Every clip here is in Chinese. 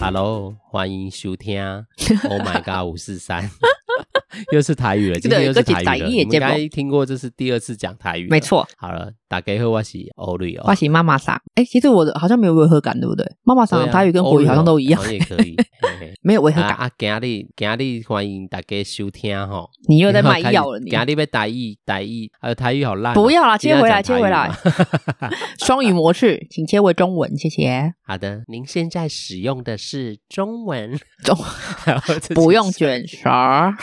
Hello，欢迎收 听。Oh my God，五四三， 又是台语了，今天又是台语了。你们应该听过，这是第二次讲台语。没，错，好了，打给后我是欧瑞哦我。是妈妈桑。哎，其实我的好像没有违和感，对不对？妈妈桑对啊的台语跟国语好像都一 样欧，瑞哦好像也可以。 嘿嘿没有违和啊感。啊，今日今日欢迎大家收听吼。你又在卖药了，你今日要台语台语，还有台语好烂哦。不要啦，切回来，今切天回要来讲台 语啊嘛。双语模式，请切回中文，谢 谢。好的，您现在使用的是中文， 中然后自己不用卷 舌儿，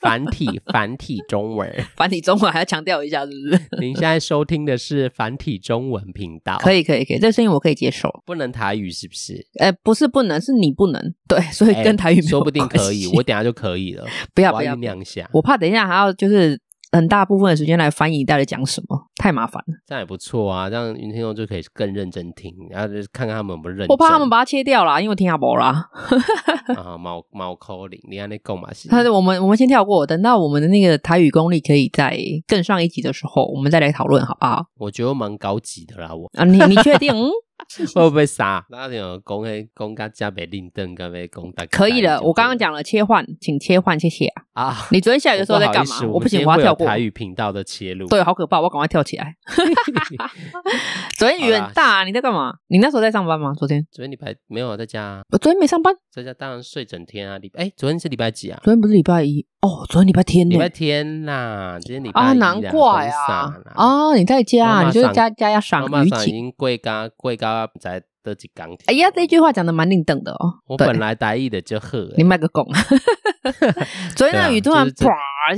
繁体繁体中文。繁体中文还要强调一下，是不 是？ 您现在收听的是繁体中文频道，可以，可以，可以，这个声音我可以接受。不能台语是不是？哎，不是不能，是你不能。 对，所以哎跟台语没有说不定可以，关系我等一下就可以了。不要我不要要酝，酿一下， 我怕等一下还要就是很大部分的时间来翻译到底讲什么，太麻烦了。这样也不错啊，让云听众就可以更认真听，然后就看看他们有没有认真。我怕他们把它切掉啦，因为我听阿伯啦。啊猫猫扣零，你看那购买是他我们我们先跳过，等到我们的那个台语功力可以在更上一集的时候，我们再来讨论好不好？我觉得蛮高级的啦， 我啊，你你确定？嗯会不会傻？那有公开公家加北令邓跟被公大概可以了，就我刚刚讲了切换，请切换，谢谢。啊，你昨天下雨的时候在干我嘛好意？思我不行，我我们要今天会有跳过。台语频道的切入。对，好可怕，我赶快跳起来。昨天雨好啦很大，啊你在干嘛？你那时候在上班吗？昨天？昨天礼拜没有在家啊，我昨天没上班，在家当然睡整天啊。礼哎，昨天是礼拜几啊？昨天不是礼拜一哦，昨天礼拜天礼呢拜。天啦，今天礼拜一啦啊，难怪啊！啊，你在家，啊，你就是家家要赏妈雨上已景。经贵咖贵咖在得几港铁。哎呀，这句话讲的蛮令等的哦。我对本来台语的就喝，你卖个拱。啊 昨天那个雨突对啊然就是这啪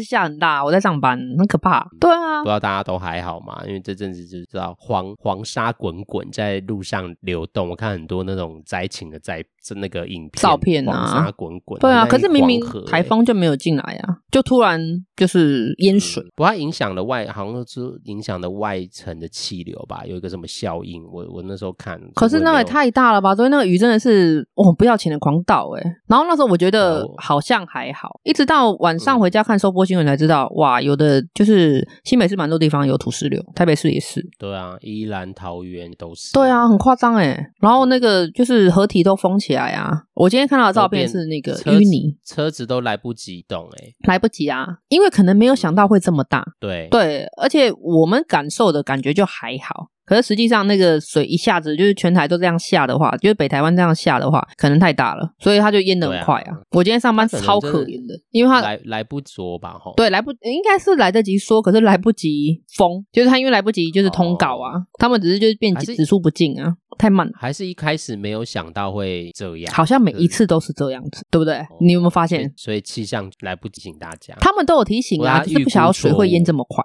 下很大，我在上班，很可怕。对啊不知，道大家都还好吗？因为这阵子就知道黄黄沙滚滚在路上流动，我看很多那种灾情的在那个影片照片啊黄沙滚滚。对啊，很像可是明明黄河欸台风就没有进来啊，就突然就是淹水。嗯不过它影响了外，好像是影响了外层的气流吧，有一个什么效应。我我那时候看，可是那我个也也没有太大了吧！昨天那个雨真的是哦，不要钱的狂倒哎、然后那时候我觉得哦好像还好，一直到晚上嗯回家看收播新闻才知道，哇，有的就是新北市蛮多地方有土石流，台北市也是。对啊，依然桃园都是对啊，很夸张哎。然后那个就是合体都封起来啊！我今天看到的都照片变是那个车淤子泥，车子都来不及动哎、欸来不及啊，因为可能没有想到会这么大。对对，而且我们感受的感觉就还好，可是实际上那个水一下子就是全台都这样下的话，就是北台湾这样下的话，可能太大了，所以它就淹得对啊很快啊。我今天上班它可能超真可的怜的，因为它。来来不着吧吼。对，来不应该是来得及说，可是来不及封，就是他因为来不及就是通稿啊，他们只是就是变哦还是指数不进啊，太慢了，还是一开始没有想到会这样，好像每对一次都是这样子，对不对？你有没有发哦所以现？所以气象来不及醒大家。他们都有提醒我啊，要只是预不晓估得水错会淹误这么快。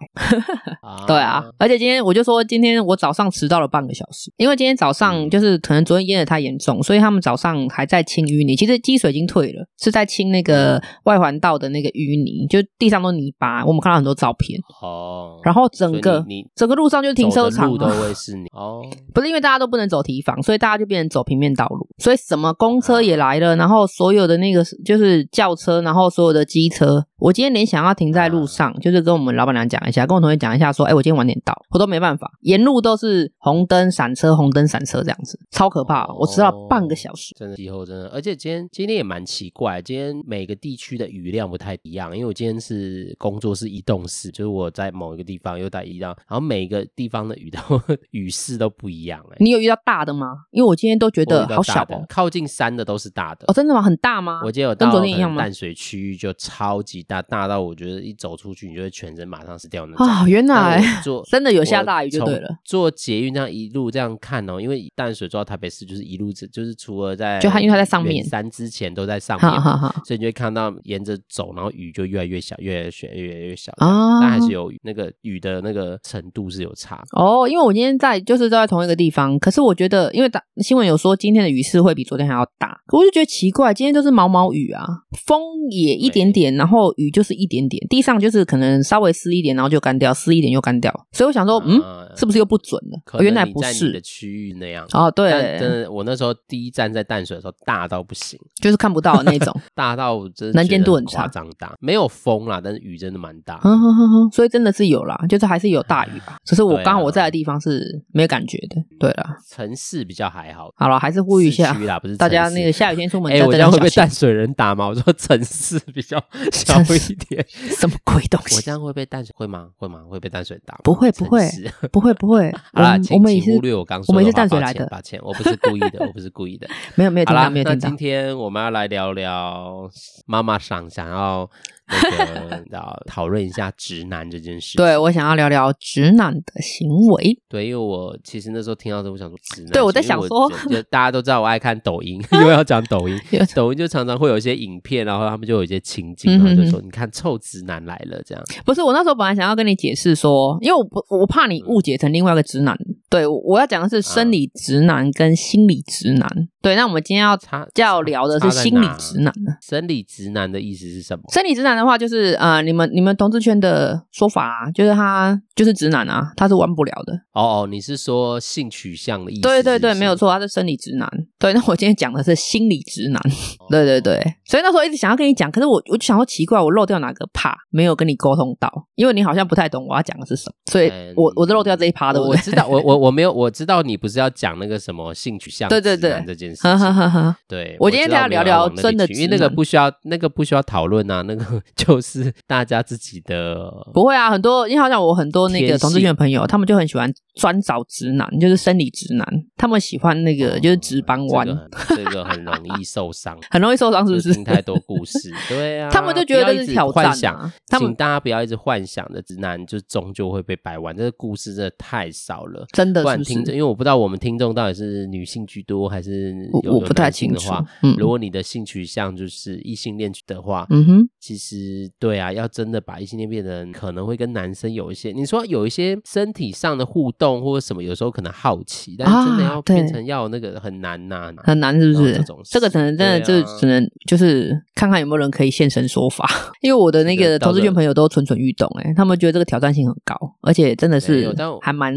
啊对啊，而且今天我就说，今天我早上迟到了半个小时，因为今天早上嗯就是可能昨天淹的太严重，所以他们早上还在清淤泥。其实积水已经退了，是在清那嗯个外环道的那个淤泥，就地上都泥巴。我们看到很多照片，哦，然后后整个你你整个路上就是停车场走的啊、路都会是你哦，不是因为大家都不能走提防，所以大家就变成走平面道路，所以什么公车也来了，然后所有的那个就是轿车，然后所有的机车，我今天连想要停在路上，就是跟我们老板娘讲一下，跟我同学讲一下说，哎、我今天晚点到，我都没办法，沿路都是红灯闪车，红灯闪车这样子，超可怕，哦我迟到半个小时。真的气候真的，而且今天今天也蛮奇怪，今天每个地区的雨量不太一样，因为我今天是工作是移动式，就是我在某一个地方又在移动，然后每个地方的雨都 雨势都不一样哎、你有遇到大的吗？因为我今天都觉我得遇到好小大的哦。靠近山的都是大的哦，。真的吗？很大吗？我今天有跟到昨天一可能样吗淡水区域就超级大，大到我觉得一走出去，你就会全身马上湿掉那种。啊，原但来我坐 真的有下大雨就对我从了，坐捷运这样一路这样看哦，因为淡水坐到台北市就是一路这就是除了在就它因为它在上面圆山之前都在上面哈嘛，哈哈所以你就会看到沿着走，然后雨就越来越小，越来越小，越来越小。啊！但还是有雨那个雨的那个程度是有差，哦，因为我今天在就是都在同一个地方，可是我觉得，因为打新闻有说今天的雨势会比昨天还要大，可我就觉得奇怪，今天就是毛毛雨啊，风也一点点，然后雨就是一点点，地上就是可能稍微湿一点，然后就干掉，湿一点又干掉，所以我想说，嗯，啊是不是又不准准了，可哦能原来你不在你的是区域那样。哦，但真对，的，我那时候第一站在淡水的时候大到不行，就是看不到的那 种。大到我真的能觉见得度很夸差嗯张大，没有风啦，但是雨真的蛮大。哼哼哼哼，所以真的是有啦，就是还是有大雨啊。只是我对啊刚好我在的地方是没有感觉的。对啦，城市比较还好，好了，还是呼吁一市下区啦，不是大家城市那个下雨天出门哎、要我这真样的会被小心。淡水人打吗？我说城市比 较小城市一点，什么鬼东 我西？这样会被淡水会吗？会吗？会被淡水打吗？不会不会城市不会不会，我 好啦，们请我们也请是忽略我刚说我们也的是话淡水抱来歉的，抱歉，我不是故意的，我不是故意的。没 有没有好听啦，到没有那听到今。天我们要来聊聊妈妈想想要那 个你知道讨论一下直男这件事。对，我想要聊聊直男的行为。对，因为我其实那时候听到的，我想说直男。对我在其实想说就就大家都知道我爱看抖音， 又要讲抖音 又要，抖音就常常会有一些影片，然后他们就有一些情景，嗯然哼后就说你看臭直男来了这样。不是，我那时候本来想要跟你解释说，因为我不我怕嗯你误解成另外一个直男。对，我我要讲的是生理直男跟心理直男。对，那我们今天要差要聊的是心理直。差男。在哪生理直男的意思是什么？生理直男的话，就是呃，你们你们同志圈的说法、啊，就是他就是直男啊，他是玩不了的。哦哦，你是说性取向的意思？对对对，是不是没有。错，他是生理直男。对，那我今天讲的是心理直男。哦对对对，所以那时候一直想要跟你讲，可是我我就想说奇怪，我漏掉哪个怕没有跟你沟通到，因为你好像不太懂我要讲的是什么，所以嗯我我就漏掉这一趴的。我我知道，我我我没有，我知道你不是要讲那个什么性取向对对直男对这件事哈哈情。哈哈，对，我今天知道要没有啊聊聊往那里真的去直因为那个男不需要，那个不需要讨论啊，那个 就是大家自己的。 不会啊，很多因为好像我很多那天个性同志圈的朋友，他们就很喜欢专找直男，就是生理直男，他们喜欢那个就是直班班弯，哦这个很容易受伤， 很容易受伤，是不就是听？太多故事，对啊， 他们就觉得不要这一是直挑战幻想啊，他们请大家不要一直幻想的直男，就终究会被掰弯。这个故事真的太少了。真的不是然不听众，是？因为我不知道我们听众到底是女性居多还是我有我有不太男性的清话楚嗯如果你的性取向就是异性恋的话，嗯哼，其实对啊，要真的把异性恋变成可能会跟男生有一些，你说有一些身体上的互动或者什么，有时候可能好奇，但是真的啊要变对成要那个很难呐、很难，是不然是后哦这种？这个只能真的对就啊只能就是看看有没有人可以现身说法， 因为我的那是个的到投资时候圈朋友都蠢蠢欲动，哎，他们觉得这个挑战性很高，而且真的对是哎有但我还蛮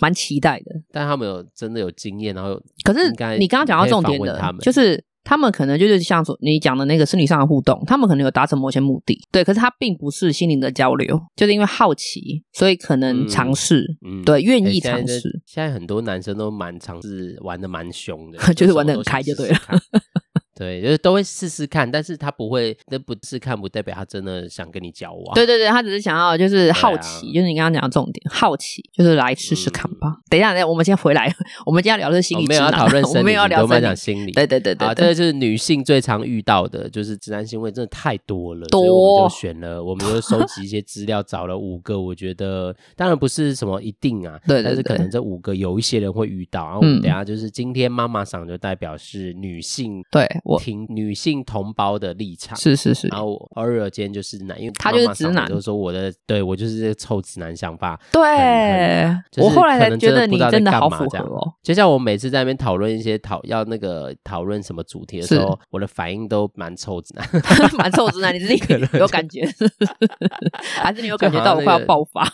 蛮期待的。但他们有真的有经验，然后有可是应该你刚刚讲到重点你可以访问他了们，就是。他们可能就是像说你讲的那个生理上的互动，他们可能有达成某些目的，对。可是他并不是心灵的交流，就是因为好奇，所以可能嗯尝试，嗯对，愿哎意现在尝的试。，现在很多男生都蛮尝试玩的蛮凶的 就什是么玩得都很想开就试对试了 看。对，就是都会试试看，但是他不会，那不试看不代表他真的想跟你交往。对对对，他只是想要就是好对奇，啊就是你刚刚讲的重点，好奇就是来试试看吧。等一下，等一下，我们先回来，我们今天要聊的是嗯心哦理没直有要男，讨论生理，我们没有要聊我们生讲理，心理。对对对对啊，这个对，就是女性最常遇到的，就是直男行为，真的太多了，多所以我们就选了，我们就收集一些资料，找了五个，我觉得当然不是什么一定啊，对对但是可对能这五个有一些人会遇到，然后我们嗯等一下就是今天妈妈赏就代表是女性对我听女性同胞的立场。是是是，然后我偶尔间就是男，因为他就是妈妈赏直男我就是说我的，对我就是这个臭直男想法，对就是我后来可才能觉真的得不你知道在真的干好嘛符这合样哦，就像我每次在那边讨论一些讨要那个讨论什么主题的时候，我的反应都蛮臭直男， 蛮臭直男，你自己可能有感 觉，还是你有感觉就到好像我快要那个爆发？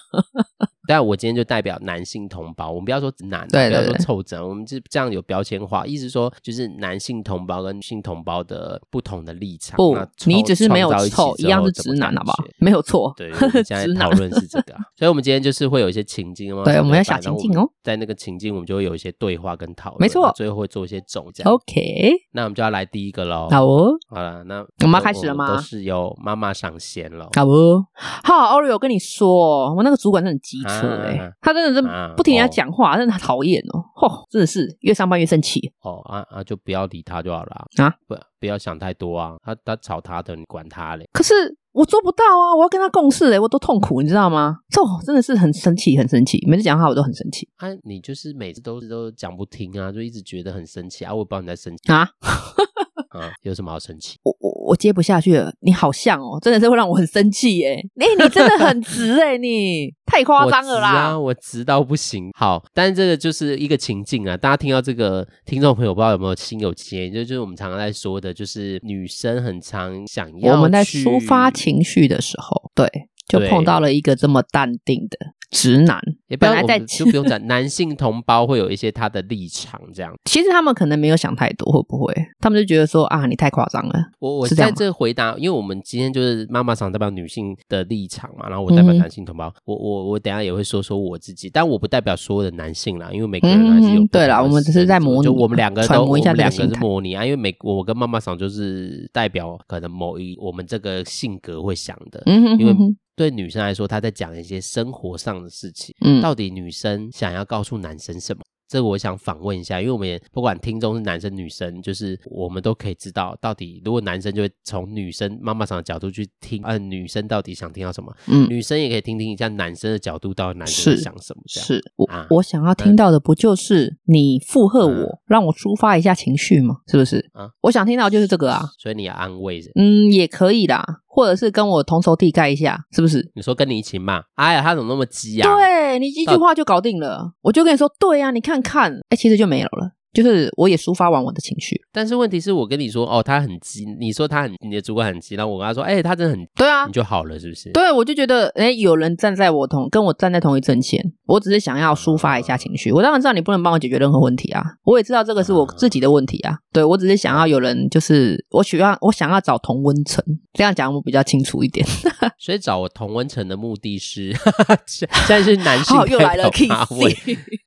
但我今天就代表男性同胞，我们不要说直男啊，对对不要说对臭直男，我们就这样有标签化，意思说就是男性同胞跟女性同胞的不同的立场。不那，创你只是没有创造臭，起一之样后是怎直么男，感好不好觉？没有错，对， 我们现在直男讨论是这个啊、所以我们今天就是会有一些情境嘛，对我们要想小情境哦，在那个情境我们就会有一些对话跟讨论，没错那最后会做一些总结。 OK，那我们就要来第一个喽，好哦。好了，那我们要开始了吗都是由妈妈赏贤喽，好啊不？好，Oreo，我跟你说，我那个主管真的很机车啊哎、他真的啊是不听人哦家讲话，真的很讨厌哦。吼，真的是越上班越生气。哦啊啊，就不要理他就好了啊，不不要想太多啊，他他吵他的，你管他嘞。可是我做不到啊，我要跟他共事哎、我多痛苦，你知道吗？这种真的是很生气，很生气。每次讲话我都很生气啊，你就是每次都是都讲不听啊，就一直觉得很生气啊，我也不知道你在生气啊，啊，有什么好生气？我我我接不下去了。你好像哦，真的是会让我很生气哎、欸。 哎、你真的很直哎、你太夸我张了直啦。啊，我直到不行。好，但是这个就是一个情境啊，大家听到这个听众朋友，不知道有没有心有戚焉，就就是我们常常在说的，就是女生很常想要我们在去抒发情绪的时候，对，就对碰到了一个这么淡定的直男。也不要本来我在们就不用讲，男性同胞会有一些他的立场这样。其实他们可能没有想太多，会不会？他们就觉得说啊，你太夸张了。我我是这样在吗这回答，因为我们今天就是妈妈桑代表女性的立场嘛，然后我代表嗯哼男性同胞，我我我等一下也会说说我自己，但我不代表所有的男性啦，因为每个人还是有嗯不同的对啦我们只是在选择模拟就我们两个揣都摩一下我们这两个个心是态模拟啊，因为每我跟妈妈桑就是代表可能某一我们这个性格会想的，嗯哼因为哼哼，对女生来说，她在讲一些生活上的事情，嗯到底女生想要告诉男生什么？这我想访问一下，因为我们也不管听众是男生女生，就是我们都可以知道，到底如果男生就会从女生妈妈桑的角度去听，呃，女生到底想听到什么？嗯，女生也可以听听一下男生的角度，到底男生在是想什么？这样是我啊我想要听到的不就是你附和嗯我，让我抒发一下情绪吗？是不是啊？我想听到就是这个啊。所以你要安慰人。嗯，也可以啦，或者是跟我同仇敌忾一下，是不是？你说跟你一起骂，哎呀，他怎么那么鸡啊？，对你一句到话就搞定了，我就跟你说，对啊，你看看，哎、其实就没有了，就是我也抒发完我的情绪，但是问题是我跟你说，哦，他很鸡，你说他很，你的主管很鸡，然后我跟他说，哎，他真的很，对啊你，就好了，是不是？对我就觉得，哎、有人站在我同跟我站在同一阵线，我只是想要抒发一下情绪，我当然知道你不能帮我解决任何问题啊，我也知道这个是我自己的问题啊，对我只是想要有人，就是我需要我想要找同温层，这样讲我比较清楚一 点，所以找我同温层的目的是， 现在是男性哦好，又来了代表发问 Kiss。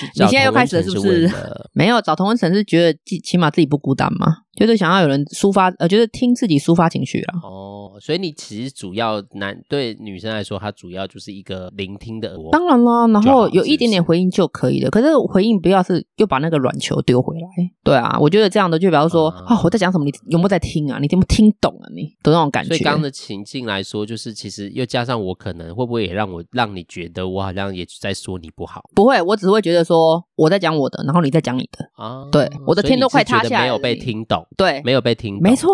去找你现在又同温开始了层是不为是了没有找同温层是觉得自起码自己不孤单嘛，就是想要有人抒发，呃，就是听自己抒发情绪啊。哦，所以你其实主要男对女生来说，她主要就是一个聆听的耳朵。当然啦，然就好后有一点点回应就可以了。可是回应不要是又把那个软球丢回来。对啊，我觉得这样的就表示说嗯啊啊、我在讲什么，你有没有在听啊？你听不听懂啊？你的那种感觉。所以刚刚的情境来说，就是其实又加上我可能会不会也让我让你觉得我好像也在说你不好不会，我只会觉得说我在讲我的，然后你在讲你的。啊？对我的所以天你都是快觉塌得下来没有了被你听懂，对，没有被听懂，没。错，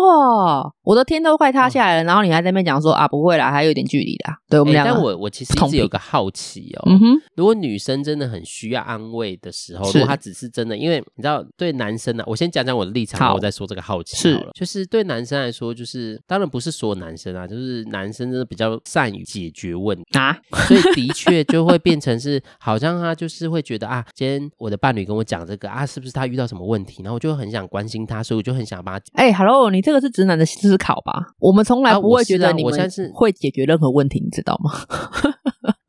我的天都快塌下来了，然后你还在那边讲说啊，不会啦，还有一点距离啦。对我哎们两个，但我我其实不一同直有频个好奇哦，嗯哼，如果女生真的很需要安慰的时候，如是果她只是真的，因为你知道，对男生呢、啊我先讲讲我的立场，好然后我再说这个好奇是好了就是对男生来说，就是当然不是所有男生啊，就是男生真的比较善于解决问题，啊， 所以的确就会变成是，好像他就是会觉得啊，今天我的伴侣跟我讲这个啊，是不是他遇到什么问题，然后我就很想关心他，所以我就很想把他。哎、h e l l o 你这个是直男的思考吧？我们从来啊不我会是觉啊得你我现在们是会解决任何问题，你知道吗？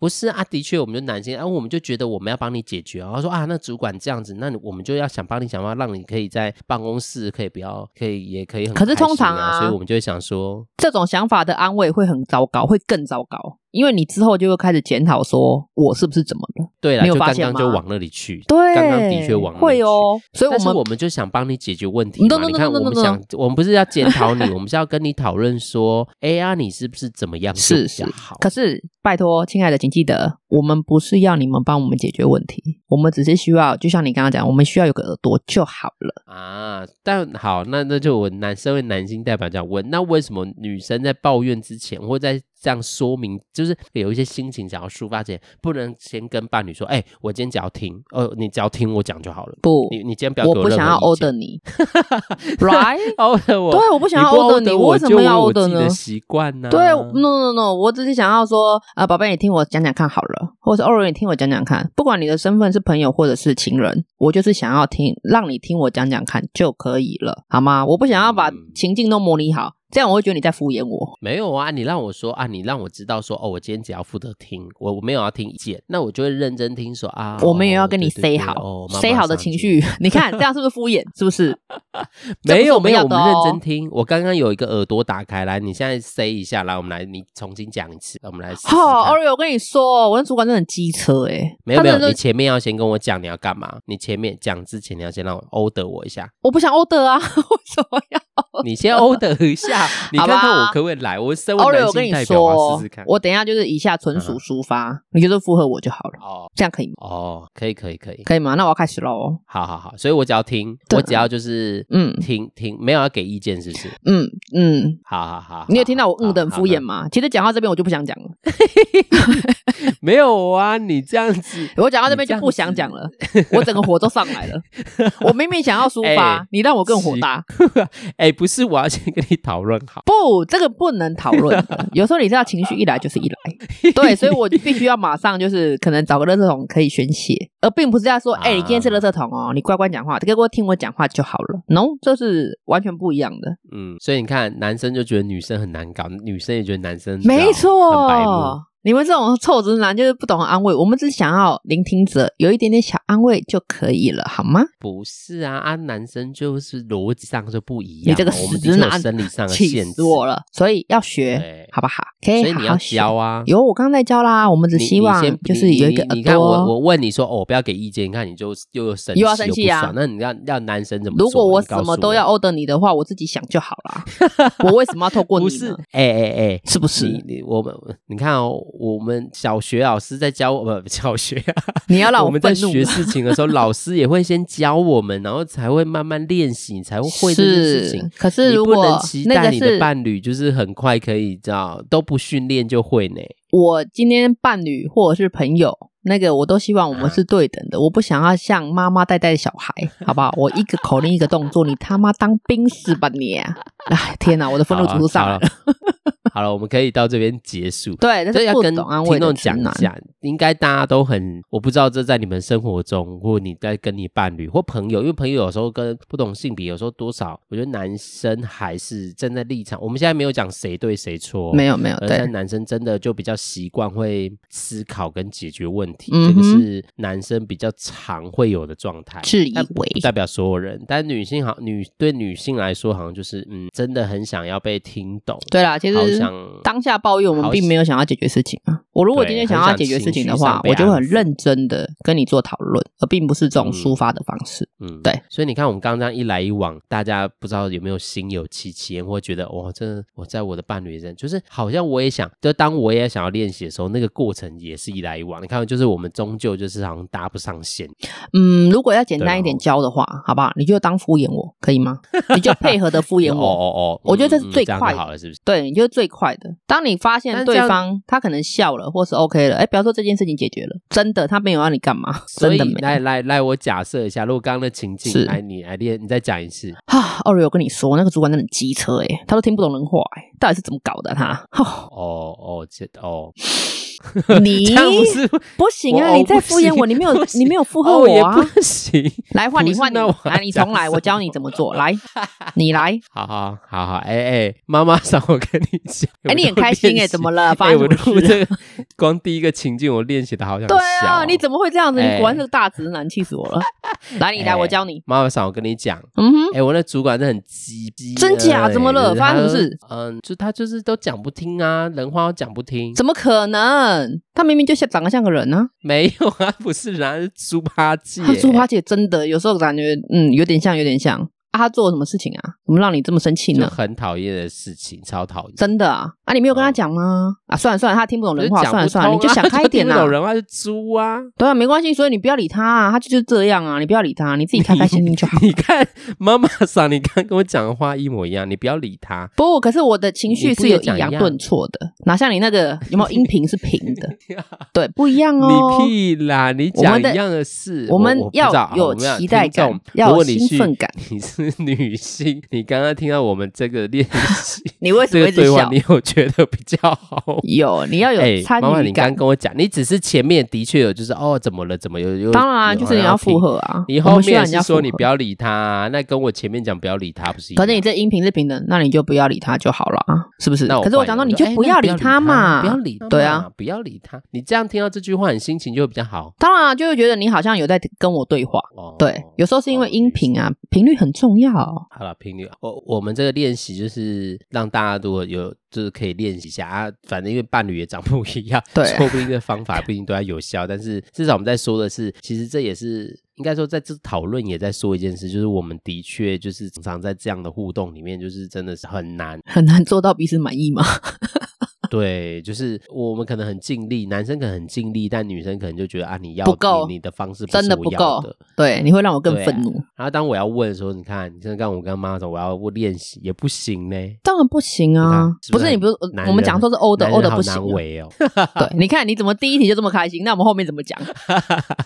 不是啊，的确，我们就男性，啊，我们就觉得我们要帮你解决啊。然后说啊，那主管这样子，那你我们就要想帮你想办法，让你可以在办公室可以不要，可以也可以很、可是通常啊，啊所以我们就会想说，这种想法的安慰会很糟糕，会更糟糕，因为你之后就会开始检讨，说我是不是怎么了？对了，你有就刚发现刚就吗往那里去，对，刚刚的确往那里会去。哦，所以但我是们我们就想帮你解决问题嘛。 No, no, no, 你看， no, no, 我们 no, no. 想，我们不是要检讨你，我们是要跟你讨论说，哎呀，你是不是怎么样就是比较 是好？啊可是拜托，亲爱的，请记得，我们不是要你们帮我们解决问题，我们只是需要，就像你刚刚讲，我们需要有个耳朵就好了。啊，但好，那那就我男身为男性代表这样问，那为什么女生在抱怨之前，或在这样说明，就是有一些心情想要抒发之前，不能先跟伴侣说，哎、我今天只要听，哦，你只要听我讲就好了，不，你你今天不要我给不任想要何意 order 见。 你，right？ order 我，对，我不不想要 order order 你，我为什么要我就有我自 order 己的呢？习惯呢？对，no no no，我只是想要说，啊，宝贝，你听我讲讲看好了，或者是偶尔你听我讲讲看，不管你的身份是朋友或者是情人，我就是想要听，让你听我讲讲看就可以了，好吗？我不想要把嗯情境都模拟好，这样我会觉得你在敷衍我。没有啊，你让我说啊，你让我知道说哦，我今天只要负责听，我我没有要听意见，那我就会认真听说啊。我们也要哦跟你对对对 say 好、哦妈妈 say 好的上情去绪， 你看这样是不是敷衍？是不是？这不没是有我们没有，要我的们认哦真听。我刚刚有一个耳朵打开来，你现在塞一下，来，我们来，你重新讲一次，我们来 试试看。好、o r e o 我跟你说，我那主管真的很机车哎、欸，没有他没有真，的你就前面要先跟我讲你要干嘛，你前面讲之前你要先让我 order 我一 下，我不想 order 啊，为什么要？你先 order 一 下，你好看看我吧可不可以来？我身为偶尔男我跟性你代表，我要说试试看，。嗯我等一下就是以下纯属抒发，你就是附和我就好了，哦这样可以吗？哦，可以可以可以，可以吗？那我要开始喽。好好好，所以我只要听，对我只要就是嗯嗯听听，没有要给意见，是不是？嗯嗯，好好好，你有听到我好嗯的很敷衍？吗？其实讲到这边我就不想讲了。好好没有啊，你这样子，我讲到这边就不想讲了，我整个火都上来了。我明明想要抒发， 哎你让我更火大。哎、不是，我要先跟你讨论好。不，这个不能讨 论的。有时候你知道，情绪一来就是一来，对，所以我必须要马上就是可能找个垃圾桶可以宣泄，而并不是要说，啊哎、你今天是垃圾桶哦，你乖乖讲话，给我听我讲话就好了。No，这是完全不一样的，嗯，所以你看，男生就觉得女生很难搞，女生也觉得男生没很白目错。你们这种臭直男就是不懂得安慰，我们只想要聆听者有一点点小安慰就可以了，好吗？不是啊，啊，男生就是逻辑上就不一样嘛，你这个我死们的确有男，生理上的气限死制，我了！所以要学对，好不好？可以所以好你好要学。教啊。有，我刚刚在教啦。我们只你希你望先就是你有一个你你耳看我朵。我问你说哦，不要给意见，你看你就又又生气又要生气啊不爽那你要要男生怎么做？如果我你告什么诉都我要 order 你的话，我自己想就好啦。 我为什么要透过你不呢？是，哎哎哎，是不是？你你我们你看哦，我们小学老师在教我们小学、啊你要让我们在愤怒学了。事情的时候，老师也会先教我们，然后才会慢慢练习，你才会会这件事情是。，可是你如不能果期那待个你的是伴侣就是很快可以这样，都不训练就会呢。我今天伴侣或者是朋友，那个我都希望我嗯们是对等的。我不想要像妈妈带带小 孩，好不好？我一个口令一个动作，你他妈当兵是吧你、 啊？哎，天哪，我的愤啊怒指数上来了。好了，我们可以到这边结束。对， 但这是要不跟懂啊安听慰的众直讲男一。下，应该大家都很，我不知道这在你们生活中，或你在跟你伴侣或朋友，因为朋友有时候跟不同性别，有时候多少，我觉得男生还是站在立场，我们现在没有讲谁对谁错，没有没有，而且对，男生哦呃真的就比较习惯会思考跟解决问题，嗯这哼个是男生比较常会有的状态。自以但不为不代表所有人，但女性好女对女性来说，好像就是嗯，真的很想要被听懂，对啦，其好实想当下抱怨，我们好并没有想要解决事情啊。我如果对今天想很要想解决事情的情绪话上，被我就会安很抚认真的跟你做讨论，而并不是这种抒发的方式。嗯，对。所以你看，我们刚刚这样一来一往，大家不知道有没有心有戚戚焉，或觉得哇，真的我在我的伴侣身，就是好像我也想，就当我也想要练习的时候，那个过程也是一来一往。你看，就是我们终究就是好像搭不上线，嗯，如果要简对单一点哦教的话，好不好？你就当敷衍我，可 以吗？你就配合的敷衍哦我。哦哦，我觉得这嗯是嗯最这样快就的好了，是不是？对，你就是最快的。当你发但现是对这样方他可能笑了，或是 OK 了，哎，比方说这件事情解决了，真的他没有让你干嘛，所真以的没有。来来来，我假设一下，如果刚刚的情境是，来你来练，你再讲一次。啊，奥瑞，我跟你说，那个主管真的很机车哎、他都听不懂人话哎、到底是怎么搞的 他？哦，哦哦，这哦，你 这样不是不行啊！我你再不敷衍行我，你没有不你行没有附和哦我也啊！不行。来换你不是换你那我，要来你重 来，讲我什教你么怎么做。 来，你来，好好好好，哎、哎、妈妈上我跟你讲，哎，你很开心哎、怎么了？了？发哎、生我什录么事？啊这个光第一个情境，我练习的好想笑对哦、啊，你怎么会这样子？你哎果然是个大直男，气死我 了！来，你来，我哎教你。妈妈上我跟你讲，嗯哼，哎、我那主管真的很鸡逼、真假哎怎么了就是发生什么他事？嗯，就他就是都讲不听啊，人话都讲不听。怎么可能？他明明就像长得像个人呢、没有啊，不是人啊，是猪八戒、他啊猪八戒真的有时候感觉嗯有点像，有点像。啊，他做了什么事情啊？怎么让你这么生气就呢？很讨厌的事情，超讨厌。真的啊？啊，你没有跟他讲吗？啊，算了算了，他听不懂嗯就是人话，讲算了不算了，你通就啊想开一点 听呐、不懂人话是猪啊！ 对啊，没关系，所以你不要理他啊，他就是这样啊，你不要理他，你自己开开心 心就好。你看妈妈桑，你刚跟我讲的话一模一样，你不要理他。不，可是我的情绪你不是也有抑讲一扬样顿挫的，哪像你那个有没有音频是平 的？对，不一样哦。你屁啦！你我讲们的一样的事，我们我不知要道啊有我们要期待听众感要如果有你兴是奋感。你是女性，你刚刚听到我们这个练 习你为什这么个一直对话笑，？你有觉得比较好吗？有，你要有哎，参妈妈，与你刚感刚。跟我讲，你只是前面的确有，就是哦，怎么了？怎么有有？当然啊，就是你要和。附和啊。你我后们需要面人家是附和说你不要理他、那跟我前面讲不要理他不是一样？反正你这音频是平等，那你就不要理他就好了啊，是不是？那我可是我换讲一到个你说就哎不那要不理要理他嘛，不要理他嘛，对啊不要理他。你这样听到这句话，你心情就会比较好。当然、啊、就会觉得你好像有在跟我对话。哦，对，有时候是因为哦音频啊，频率很重要。好了，频率，我我们这个练习就是让大家如果有就是可以练习一下啊，反正因为伴侣也长不一样，对说不定这方法不一定对他有效，但是至少我们在说的是，其实这也是应该说在这讨论也在说一件事，就是我们的确就是常常在这样的互动里面，就是真的是很难很难做到彼此满意嘛？对，就是我们可能很尽力，男生可能很尽力，但女生可能就觉得啊，你要不够你，你的方式不是真的不我要够的。对，你会让我更对啊愤怒。然后当我要问说，你看，你现在跟我跟妈说，我要我练习也不行呢。当然不行啊你看！是不不是是你不是很男人我们讲说是欧的男欧人的好不行啊、难为哦。 对，你看你怎么第一题就这么开心，那我们后面怎么讲？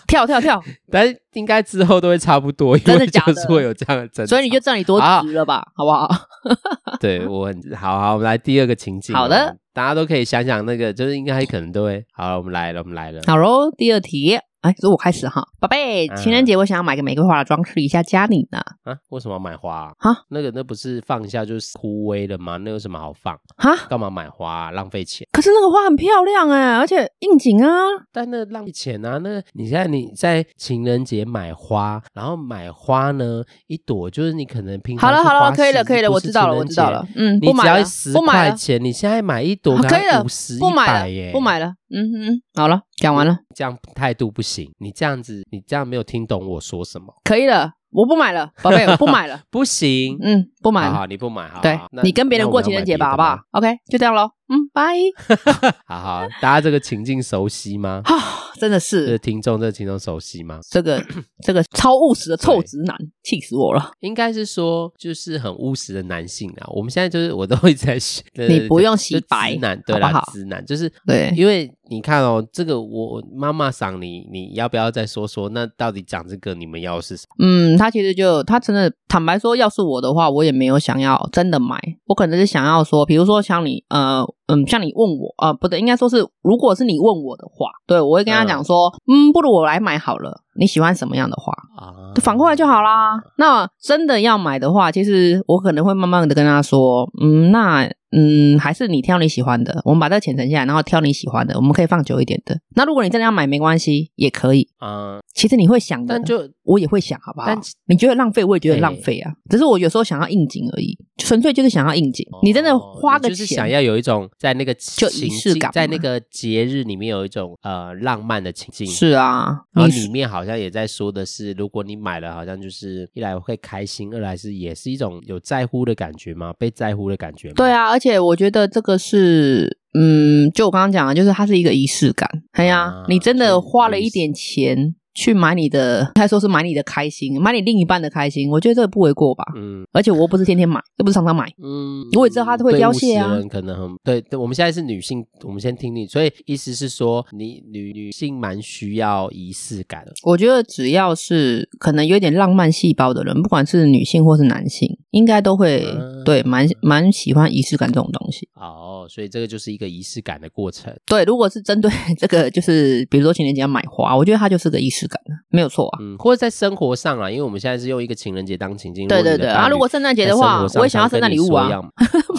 跳跳跳！但是应该之后都会差不多，因真的为就假的是会有这样的争吵。所以你就知道你多啊值了吧，好不好？ 对我很好好，我们来第二个情境。好的，大家都可以想想那个，就是应该可能都会。好了，我们来了，我们来了。好喽，第二题，哎，是我开始哈，宝贝，嗯情人节我想要买个玫瑰花来装饰一下家里呢。啊，为什么要买花啊？啊那个那不是放一下就是枯萎了吗？那有什么好放？哈，干嘛买花啊、浪费钱？可是那个花很漂亮哎，而且应景啊。但那浪费钱啊！那你现在你在情人节买花，然后买花呢，一朵就是你可能平常好了去好花了，市可以了可以了，不我是知道了情我人知道节了，嗯，你不只买要了十不买块了，钱，你现在买一朵啊可以了五十不买了耶，嗯不买了，嗯哼，好了，讲完了，这样态度不行，你这样子，你这样没有听懂我说什么，可以了，我不买了，宝贝，我不买 了，不行，嗯，不买好了。好，你不买，好对好那你跟别人过情人节吧，好不好？？OK，就这样喽。嗯，拜。那我们要买别的吗好好，大家这个情境熟悉吗？啊，真的这个 是听众，这个听众熟悉吗？这个这个超务实的臭直男，气死我了！应该是说，就是很务实的男性啊。我们现在就是，我都一直在学， 你不用洗呃就白直男对好不啦好，直男就是对因为你看哦，这个我我妈妈赏你，你要不要再说说？那到底讲这个，你们要是什么嗯，他其实就他真的坦白说，要是我的话，我也没有想要真的买，我可能是想要说，比如说像你，呃，嗯，像你问我，呃，不对，应该说是，如果是你问我的话，对我会跟他讲说，嗯，不如我来买好了，你喜欢什么样的花？啊？反过来就好啦。那真的要买的话，其实我可能会慢慢的跟他说，嗯，那嗯，还是你挑你喜欢的，我们把这个钱存下来，然后挑你喜欢的，我们可以放久一点的。那如果你真的要买，没关系，也可以。啊、其实你会想的，但就嗯我也会想，好不好但？你觉得浪费，我也觉得哎浪费啊。只是我有时候想要应景而已，纯粹就是想要应景。你真的哦花你个就是想钱，要有一种在那个就情仪式境感在嘛那个节日里面有一种呃浪漫的情境。是啊，然你后里面好像也在说的是，如果你买了，好像就是一来会开心，二来是也是一种有在乎的感觉嘛，被在乎的感觉嘛。对，啊，而且我觉得这个是，嗯，就我刚刚讲的，就是它是一个仪式感。哎呀、啊你真是的花了有意一思点钱去买你的，他说是买你的开心，买你另一半的开心，我觉得这个不为过吧。嗯而且我又不是天天买，又不是常常买。嗯，我也知道他会对凋务实谢啊的人可能很对对，我们现在是女性，我们先听你，所以意思是说，你女女性蛮需要仪式感的。我觉得只要是可能有点浪漫细胞的人，不管是女性或是男性，应该都会、嗯对蛮蛮喜欢仪式感这种东西。哦，所以这个就是一个仪式感的过程。对，如果是针对 这个，就是比如说情人节要买花，我觉得它就是个仪式感，没有错啊。嗯，或者在生活上啊，因为我们现在是用一个情人节当情境。对如果对你的对，伴啊，侣如果圣诞节在的生话活，上我也想要跟圣诞你礼物说啊一。样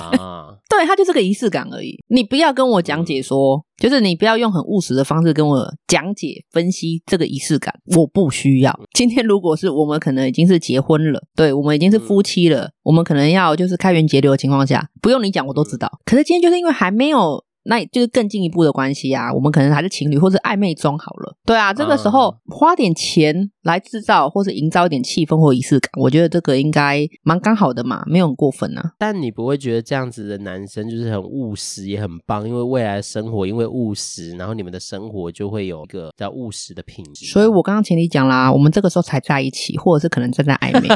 啊，对，它就是个仪式感而已。你不要跟我讲解说，就是你不要用很务实的方式跟我讲解分析这个仪式感，我不需要。今天如果是我们可能已经是结婚了，对我们已经是夫妻了，我们可能要就是开源节流的情况下，不用你讲我都知道。可是今天就是因为还没有。那就是更进一步的关系啊，我们可能还是情侣或是暧昧中好了。对啊，这个时候、花点钱来制造或是营造一点气氛或仪式感，我觉得这个应该蛮刚好的嘛，没有很过分啊。但你不会觉得这样子的男生就是很务实，也很棒，因为未来的生活因为务实，然后你们的生活就会有一个比较务实的品质。所以我刚刚前提讲啦，我们这个时候才在一起，或者是可能正在暧 昧。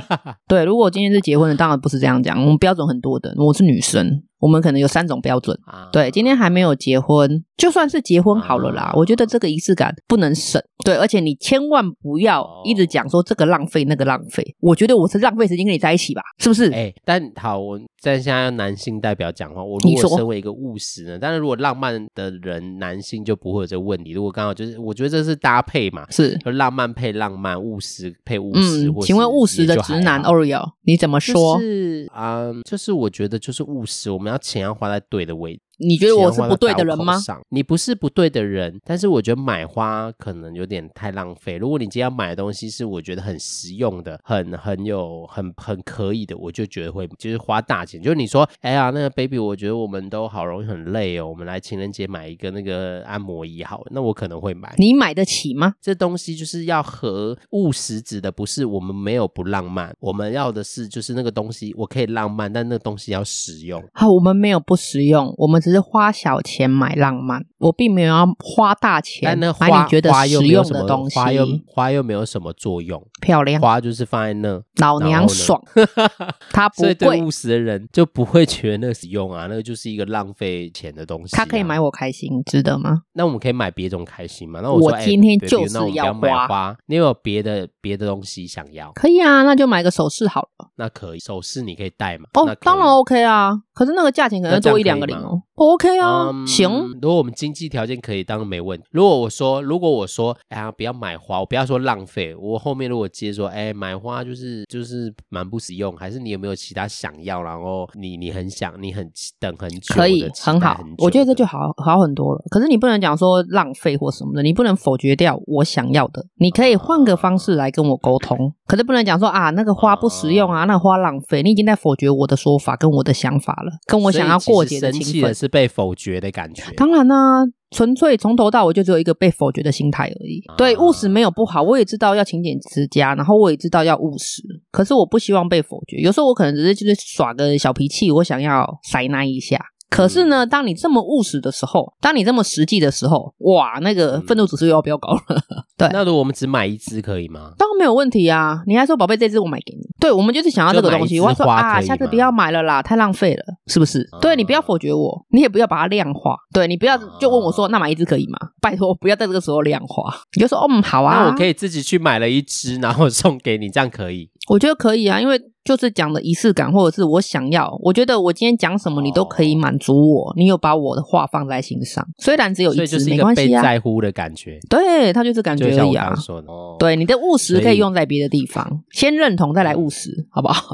对，如果今天是结婚的，当然不是这样讲，我们标准很多的。我是女生，我们可能有三种标准。啊对，今天还没有结婚，就算是结婚好了啦啊，我觉得这个仪式感不能省。对，而且你千万不哦要一直讲说这个浪费那个浪费，我觉得我是浪费时间跟你在一起吧，是不是？哎、但好，我在现在要男性代表讲话，我如你果说身为一个务实呢，但是如果浪漫的人，男性就不会有这个问题。如果刚好就是，我觉得这是搭配嘛，是，就浪漫配浪漫，务实配务实。嗯或，请是问务实也的就直还男好 Oreo，你怎么说就？是嗯，就是我觉得就是务实，我们要钱要花在对的位置。你觉得我钱是要花不对在的人刀口吗？上？你不是不对的人，但是我觉得买花可能有点太浪费。如果你今天要买的东西是我觉得很实用的、很很有、很很可以的，我就觉得会就是花大钱。就是你说，哎呀，那个 baby，我觉得我们都好容易很累哦，我们来情人节买一个那个按摩椅好了，那我可能会买。你买得起吗？这东西就是要和务实指的不是我们没有不浪漫，我们要的是就是那个东西我可以浪漫，但那个东西要实用。好，我们没有不实用，我们只只是花小钱买浪漫，我并没有要花大钱但那买花你觉得花又实没有用什的么东西，花又花又没有什么作用，漂亮，花就是放在那，然老后娘呢 爽，它不所以对贵，务实的人就不会觉得那使用啊，那个就是一个浪费钱的东西、啊它可以买，我开心，值得吗？那我们可以买别种开心嘛？那我说，哎今天对比如就是那我们不要要买花花，你有别的别的东西想要，可以啊，那就买个首饰好了。那可以，首饰你可以戴嘛？那哦可，以当然 OK 啊，可是那个价钱可能那这样多一两个可以零吗哦。OK 啊，嗯行，如果我们经济条件可以，当然没问题。如果我说，如果我说，哎呀，不要买花，我不要说浪费。我后面如果接说，哎，买花就是就是蛮不实用，还是你有没有其他想要？然后你你很想，你很等很久的，可以，期待很好久，我觉得这的就好好很多了。可是你不能讲说浪费或什么的，你不能否决掉我想要的，你可以换个方式来跟我沟哦通。可是不能讲说啊，那个花不实用啊，那个花浪费，你已经在否决我的说法跟我的想法了，跟我所以想要其过实节的生情气的分。是被否决的 感觉。当然啦、纯粹从头到尾就只有一个被否决的心态而已。对，务实没有不好，我也知道要勤俭持家，然后我也知道要务实，可是我不希望被否决。有时候我可能只是就是耍个小脾气，我想要塞那一下。可是呢，当你这么务实的时候，当你这么实际的时候，哇，那个愤怒指数又要飙高了。对那如果我们只买一支可以吗？当然没有问题啊！你还说宝贝，这支我买给你。对，我们就是想要这个东西。就我买还一枝说花啊，可以下次吗不要买了啦，太浪费了，是不是？啊对你不要否决我，你也不要把它量化。对你不要就问我说，那买一支可以吗？ 拜托，不要在这个时候量化。你就说，嗯，好啊，那我可以，以自己去买了一支，然后送给你，这样可以？我觉得可以啊，因为就是讲的仪式感，或者是我想要，我觉得我今天讲什么你都可以满足我，你有把我的话放在心上，虽然只有所一以就支，是一没个关被系啊。在乎的感觉，对他就是感就觉而像已我啊刚刚。说的。哦，对，你的务实所以可以用在别的地方，先认同再来务实，好 不好？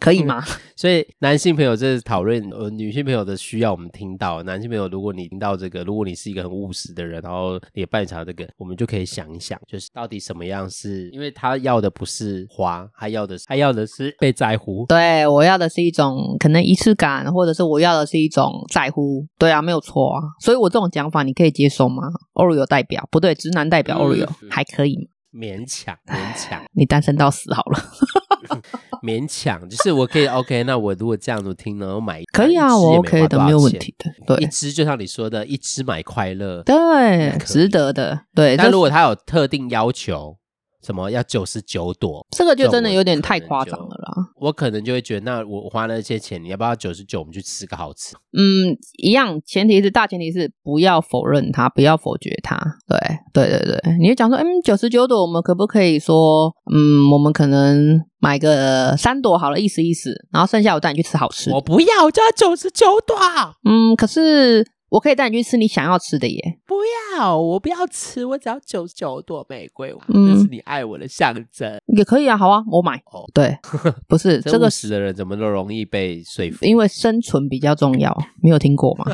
可以吗？所以男性朋友这是讨论呃女性朋友的需要，我们听到男性朋友，如果你听到这个，如果你是一个很务实的人，然后你也伴尝这个，我们就可以想一想，就是到底什么样是，因为他要的不是花，他要的他要的是被在乎。 对我要的是一种可能仪式感，或者是我要的是一种在乎。对啊，没有错啊。所以我这种讲法你可以接受吗？Oreo 代表不对，直男代表嗯 Oreo、嗯还可以吗？勉强，勉 强，你单身到死好 了，勉强，就是我可以 OK。那我如果这样子听呢，我买一可以啊，一支我也 OK 的，花多少没有问钱题的。一对支就像你说的，一支买快乐。对，可以值得的。对，但这如果他有特定要求，什么要九十九朵，这个就真的这我有点可太能夸就张了啦。我可能就会觉得，那我花那些钱，你要不要九十九？我们去吃个好吃。嗯，一样，前提是大前提是不要否认它，不要否决它。对，对对对，你就讲说，嗯，九十九朵，我们可不可以说，嗯，我们可能买个三朵好了，意思意思，然后剩下我带你去吃好吃的。我不要，我就要九十九朵，嗯，可是我可以带你去吃你想要吃的耶。不要，我不要吃，我只要九十九朵玫瑰花，嗯这是你爱我的象征。也可以啊，好啊，我买。哦 对，不是这这个个，时的人怎么都容易被说服。因为生存比较重要，没有 听过吗？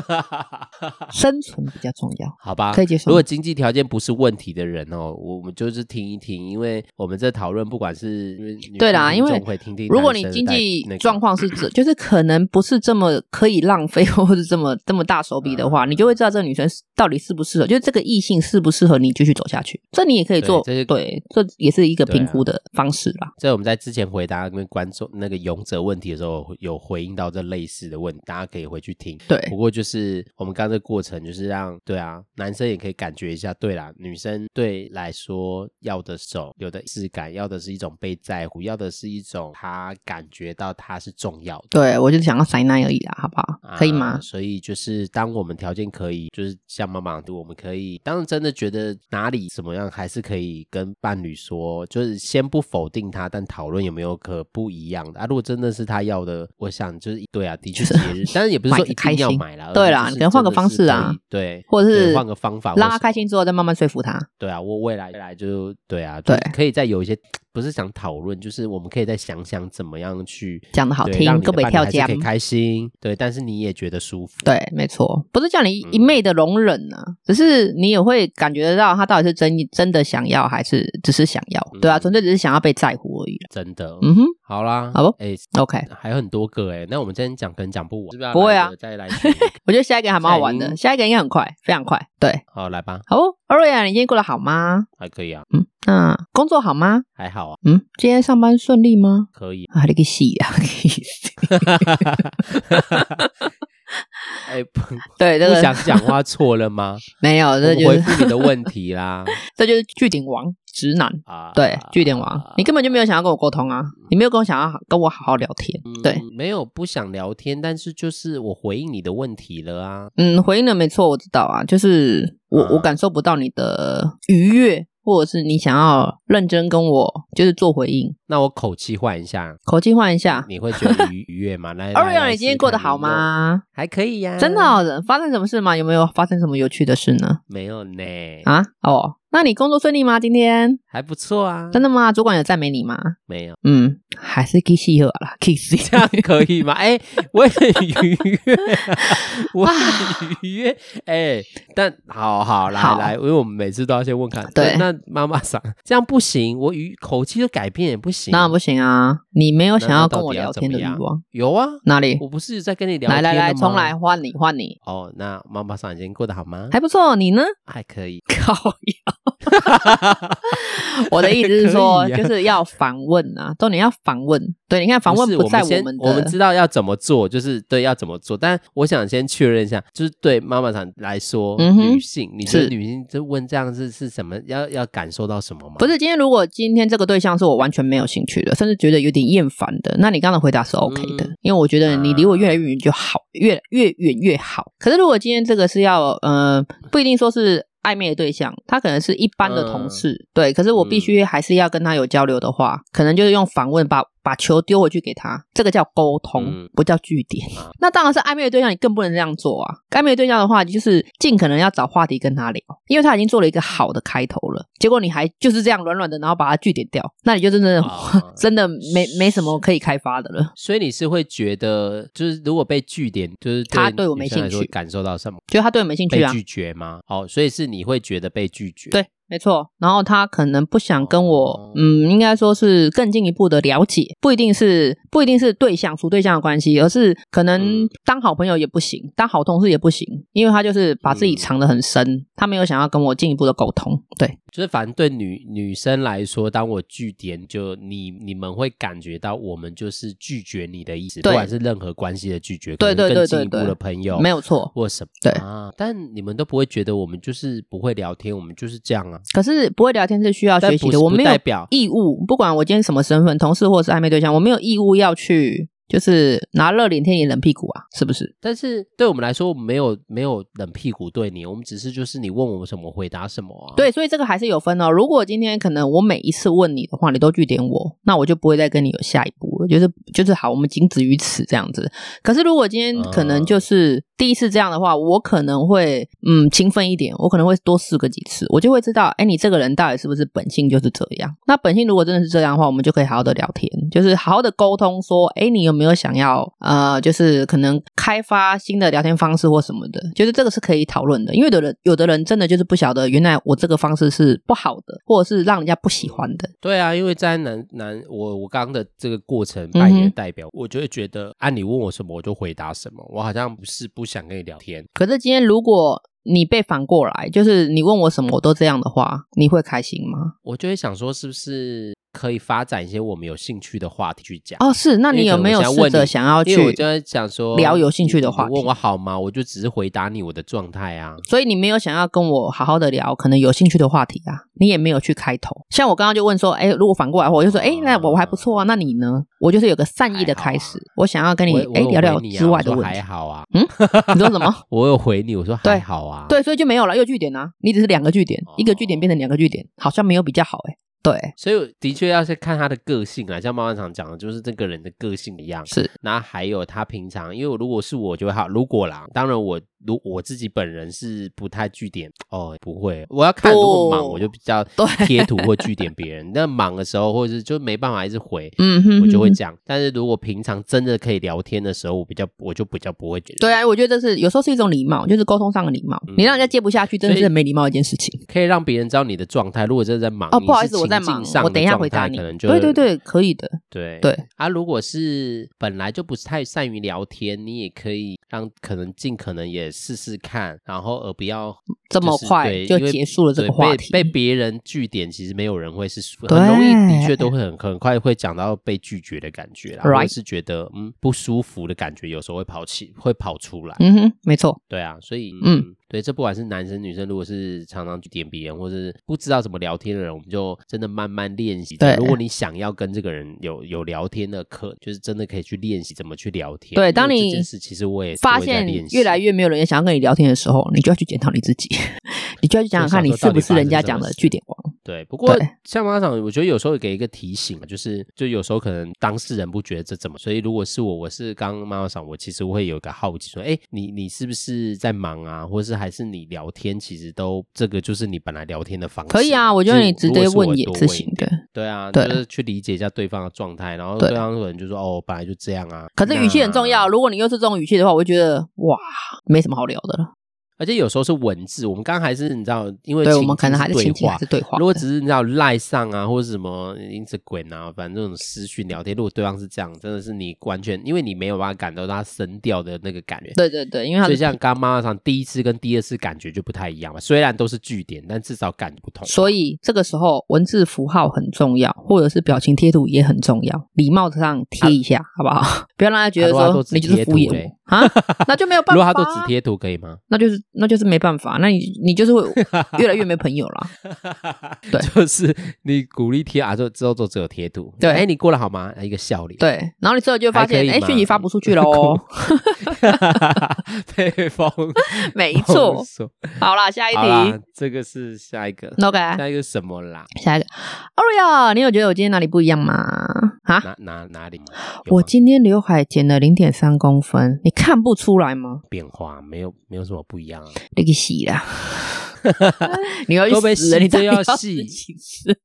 生存比较重要，好吧，可以接受如吗。果经济条件不是问题的人哦，我们就是听一听，因为我们这讨论不管是因为女性对啦听众因为会听听男生的代，如果你经济那个状况是这，就是可能不是这么可以浪费，或是这么这么大手笔的话，你就会知道这个女生是到底适不适合，就是这个异性适不适合你继续走下去。这你也可以做，对这对，是这也是一个对啊评估的方式啦。在我们在之前回答跟观众那个勇者问题的时候，有回应到这类似的问题，大家可以回去听。对不过就是我们刚刚这个过程，就是让对啊，男生也可以感觉一下，对啦，女生对来说要的手，有的是感，要的是一种被在乎，要的是一种她感觉到她是重要的。对，我就是想要塞奶而已啦，好不好？可以吗啊？所以就是，当我们条件可以，就是像妈妈，我们可以，当然真的觉得哪里怎么样，还是可以跟伴侣说，就是先不否定他，但讨论有没有可不一样的啊。如果真的是他要的，我想就是对啊，的确节 日，但是也不是说一定要买啦，买个开心对啦而是就是你可能换个真的方式啊可以，对，或者是对换个方法，让她开。心之后再慢慢说服她。对啊，我未来未来就对啊，就是对可以再有一些。不是想讨论，就是我们可以再想想怎么样去讲得好对听让你的更不会伴侣还是跳可以江开心，对，但是你也觉得舒服，对，没错，不是叫你嗯一昧的容忍啊，只是你也会感觉得到她到底是真真的想要，还是只是想要，对啊，嗯纯粹只是想要被在乎而已啦。真的，嗯哼好啦，好不哎、 ，OK。还有很多个哎、那我们今天讲可能讲不完，是不是要不会来啊个再来选一个我觉得下一个还蛮好玩下一的，个下一个应该很快，非常快。对，好来吧，好哦，欧瑞亚，你今天过得好吗？还可以啊，嗯，那工作好吗？还好啊，嗯，今天上班顺利吗？啊。可以啊，你个戏啊！哎，不 对，这不想个讲话错了吗？ 没有，我这就回是复你的问题啦。这就是据点王直男。啊，对，据点王，你根本就没有想要跟我沟通啊，你没有跟我想要跟我好好聊天。对，嗯没有不想聊天，但是就是我回应你的问题了啊。嗯，回应的没错，我知道啊，就是我、啊我感受不到你的愉悦，或者是你想要认真跟我就是做回应，那我口气换一下，口气换一下。你会觉得愉愉悦吗？来，二来月，来你今天试过得看好？吗？还可以呀，真的哦、嗯发生什么事吗？有没有发生什么有趣的事呢？没有呢，啊，哦，那你工作顺利吗？今天还不错啊，真的的吗？主管有赞美你吗？没有。嗯，还是 kiss 好啦，kiss 这样可以吗？哎、 我很愉悦， 我很愉悦。哎、但好好来好来，因为我们每次都要先问看。对那那妈妈桑这样不行，我语口气都改变也不行。当然不行啊，你没有想那要那跟到我底要聊怎天么的欲样望，有啊，哪里？我不是在跟你聊来天来来，了吗重来，。换你换你，哦，那妈妈桑，你今天过得好吗？还不错，你呢？还可以。靠腰。 我的意思是说，可以啊就是要反问啊，重点要反问。对，你看反问是不在我先们我们的知道要怎么做，就是对要怎么做。但我想先确认一下，就是对妈妈桑来说，嗯哼女性，你觉得是女性就问这样是是什么？要要感受到什么吗？不是今天，如果今天这个对象是我完全没有兴趣的，甚至觉得有点厌烦的，那你刚刚的回答是 OK 的，嗯因为我觉得你离我越来越远就好，越越远越好。可是如果今天这个是要呃，不一定说是暧昧的对象，他可能是一般的同事，嗯对，可是我必须还是要跟他有交流的话，可能就是用反问把把球丢回去给他，这个叫沟通，嗯不叫据点。啊那当然是暧昧的对象，你更不能这样做啊！暧昧的对象的话，你就是尽可能要找话题跟他聊，因为他已经做了一个好的开头了，结果你还就是这样软软的，然后把它据点掉，那你就真的、 哦啊真的没没什么可以开发的了，所以你是会觉得，就是如果被据点，就是他对我女没生来说兴趣感受到什么？就他对我没兴趣被啊。拒绝吗？哦，所以是你会觉得被拒绝。对，没错。然后他可能不想跟哦我，嗯，应该说是更进一步的了解，不一定是嗯不一定是对象处对象的关系，而是可能嗯当好朋友也不行，当好同事也不行，因为他就是把自己嗯藏得很深，他没有想要跟我进一步的沟通。对，就是反正对女女生来说，当我据点，就你你们会感觉到我们就是拒绝你的意思，不对管是任何关系的拒绝，对可能对更对进对一步对的朋友，没有错。或什么对啊，但你们都不会觉得我们就是不会聊天，我们就是这样啊。可是不会聊天是需要但学习不的，是我不没有代表义务，不管我今天什么身份，同事或者是暧昧对象，我没有义务要去就是拿热脸贴你冷屁股啊，是不是？但是对我们来说，我们没有没有冷屁股对你，我们只是就是你问我们什么回答什么啊。对，所以这个还是有分哦。如果今天可能我每一次问你的话，你都据点我，那我就不会再跟你有下一步了。就是就是好，我们仅止于此这样子。可是如果今天可能就是第一次这样的话，我可能会嗯勤奋一点，我可能会多试个几次，我就会知道，哎，你这个人到底是不是本性就是这样？那本性如果真的是这样的话，我们就可以好好的聊天，就是好好的沟通，说，哎，你有没有想要呃，就是可能开发新的聊天方式或什么的，就是这个是可以讨论的。因为有的人有的人真的就是不晓得，原来我这个方式是不好的，或者是让人家不喜欢的。对啊，因为在男男，我我刚刚的这个过程扮演的嗯哼代表，我就会觉得，啊，你问我什么我就回答什么，我好像不是不想跟你聊天，可是今天如果你被反过来，就是你问我什么我都这样的话，你会开心吗？我就会想说，是不是可以发展一些我们有兴趣的话题去讲？哦，是，那因为你可有能我没有现在试问着你想要去？因为我就在想说聊有兴趣的你话你问题我好吗？我就只是回答你我的状态啊。所以你没有想要跟我好好的聊可能有兴趣的话题啊，你也没有去开头。像我刚刚就问说，哎，如果反过来的话，我就说，哎，那我还不错啊，那你呢？我就是有个善意的开始，我想要跟你啊我我哎有聊聊回你啊之外我的说问还题。嗯好啊，你说什么？ 我有回你，我说对还好啊。对，所以就没有了，又据点啊，你只是两个据点哦，一个据点变成两个据点，好像没有比较好哎、对，所以的确要是看他的个性啊，像妈妈常讲的，就是这个人的个性一样。是，那还有他平常，因为如果是我就会好，如果啦，当然我如我自己本人是不太据点哦，不会，我要看不如果忙我就比较哦对贴图或据点别人，那忙的时候或者是就没办法一直回。嗯哼，我就会哼哼讲，但是如果平常真的可以聊天的时候，我比较我就比较不会觉得，对啊，我觉得这是有时候是一种礼貌，就是沟通上的礼貌。你让人家接不下去，真嗯的所以是很没礼貌的一件事情。可以让别人知道你的状态。如果真的在忙，哦，你不好是意思，我情在境忙上，我的等一下状回答态你可能。就对对对，可以的，对对。啊，如果是本来就不太善于聊天，你也可以让可能尽可能也试试看，然后而不要这么就是快对就因为结束了这对个话被题被别人据点，其实没有人会是很容易，的确都会很很快会讲到被拒绝的感觉啦，或者 Right 是觉得嗯不舒服的感觉，有时候会跑起会跑出来。嗯哼，没错，对啊，所以嗯嗯，对，这不管是男生女生，如果是常常去点别人，或是不知道怎么聊天的人，我们就真的慢慢练习。对如果你想要跟这个人有有聊天的课，就是真的可以去练习怎么去聊天。对因为当你这件事，其实我也发我也在现练习越来越没有人想要跟你聊天的时候，你就要去检讨你自己， 你就要去想想看你是不是人家讲的据点王。对。不过对像马场，我觉得有时候也给一个提醒啊，就是就有时候可能当事人不觉得这怎么，所以如果是我，我是刚刚妈妈想，我其实会有一个好奇说，哎，你你是不是在忙啊，或是还是你聊天其实都这个就是你本来聊天的方式。可以啊，我觉得你就直是接如果是我问也多是行一点的。对啊，对就是去理解一下对方的状态，然后对对方可能就说哦，本来就这样啊。可是语气很重要，那。如果你又是这种语气的话，我会觉得哇，没什么好聊的了。而且有时候是文字，我们刚刚还是你知道，因为对，情我们可能境还是对情景话还是对话的。如果只是你知道赖上啊，或者什么 Instagram 啊，反正这种私讯聊天，如果对方是这样，真的是你完全因为你没有办法感到他声调的那个感觉。对对对，因为他所以是像刚刚妈妈上第一次跟第二次感觉就不太一样嘛，虽然都是据点，但至少感觉不同。所以这个时候文字符号很重要，或者是表情贴图也很重要，礼貌上贴一下，好不好？ 不要让他觉得啊啊如果他说都只你就是敷衍贴图嘞我啊， 那就没有如办果法啊。他都只贴图可以吗？那就是那就是没办法，那你你就 是会越来越没朋友啦。 对就是你鼓励贴啊，就之后都只有贴图。对哎，你过得好吗？一个笑脸。对，然后你之后就会发还可现，以哎，吗讯息发不出去 了哦。被封，没没错，好啦，下一好啦题。，这个是下一个， OK，下一个什么啦？下一个，欧瑞亚，你有觉得我今天哪里不一样吗？啊，哪哪哪里吗？有我吗今天刘海剪了零点三公分，你看不出来吗？变化没有没有什么不一样啊。那个 洗啦，你要去会不会死了洗你到这底要要死洗几次？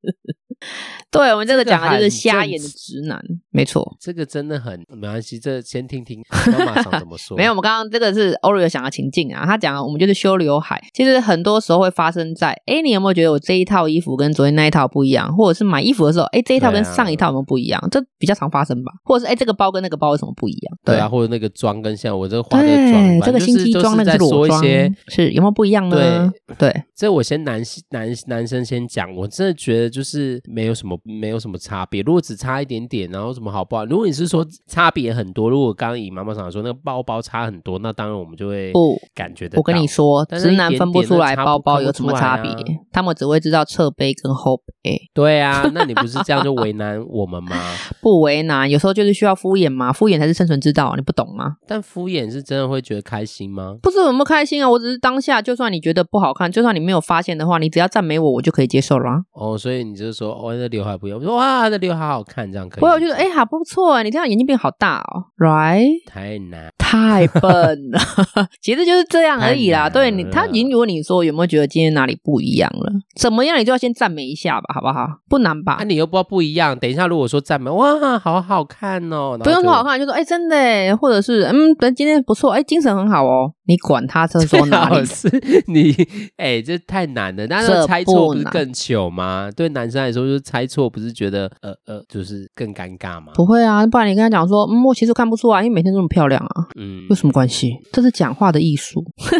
对，我们这个这个讲的就是很瞎正眼的直直男，没错。这个真的很没关系，这先听听 妈妈想怎么说。 没有，我，们刚刚这个是 Oreo 想的情境啊，他讲了我们就是修刘海，其实很多时候会发生在，哎，你有没有觉得我这一套衣服跟昨天那一套不一样，或者是买衣服的时候，哎，这一套对啊跟上一套有没有不一样？这比较常发生吧，或者是哎，这个包跟那个包有什么不一样？对啊，，或者那个妆跟现在我这个化这个妆对，，反这个正星就是期就是装那在个是裸说一妆些，是有没有不一样呢？对，这我先男男男生先讲，我真的觉得就是没有什么没有什么差别，如果只差一点点，然后什么好不好？如果你是说差别很多，如果刚刚以妈妈想说那个包包差很多，那当然我们就会不感觉得我跟到你说，但是直一男点分不点出都来差不包包看不有什么出来差啊别，他们只会知道侧背跟后背， 对啊，那你不是这样就为难我们吗？ 不为难。有时候就是需要敷衍嘛，敷衍才是生存之道，你不懂吗？但敷衍是真的会觉得开心吗？不是有没有开心啊，我只是当下，就算你觉得不好看，就算你没有发现的话，你只要赞美我，我就可以接受了啊。哦，所以你就是说，哦，那刘海不用，我说哇，那刘海好看，这样可以。我有觉得，哎、，还不错哎，你这样眼睛变好大哦，right？太难，太笨了， 其实就是这样而已啦。太难对了你，他引诱你说有没有觉得今天哪里不一样了？怎么样，你就要先赞美一下吧，好不好？不难吧？啊，你又不知道不一样。等一下，如果说赞美，哇，好好看哦，不用说好看，？看，就说哎、真的耶，或者是嗯，今天不错，哎、精神很好哦。你管他这说哪里 是你， 哎、这太难了。那这猜错不不是难更糗吗？对男生来说，就是猜错，不是觉得呃呃，就是更尴尬吗？不会啊，不然你跟他讲说，嗯，我其实看不出来，因为每天都那么漂亮啊，嗯有，什么关系？这是讲话的艺术。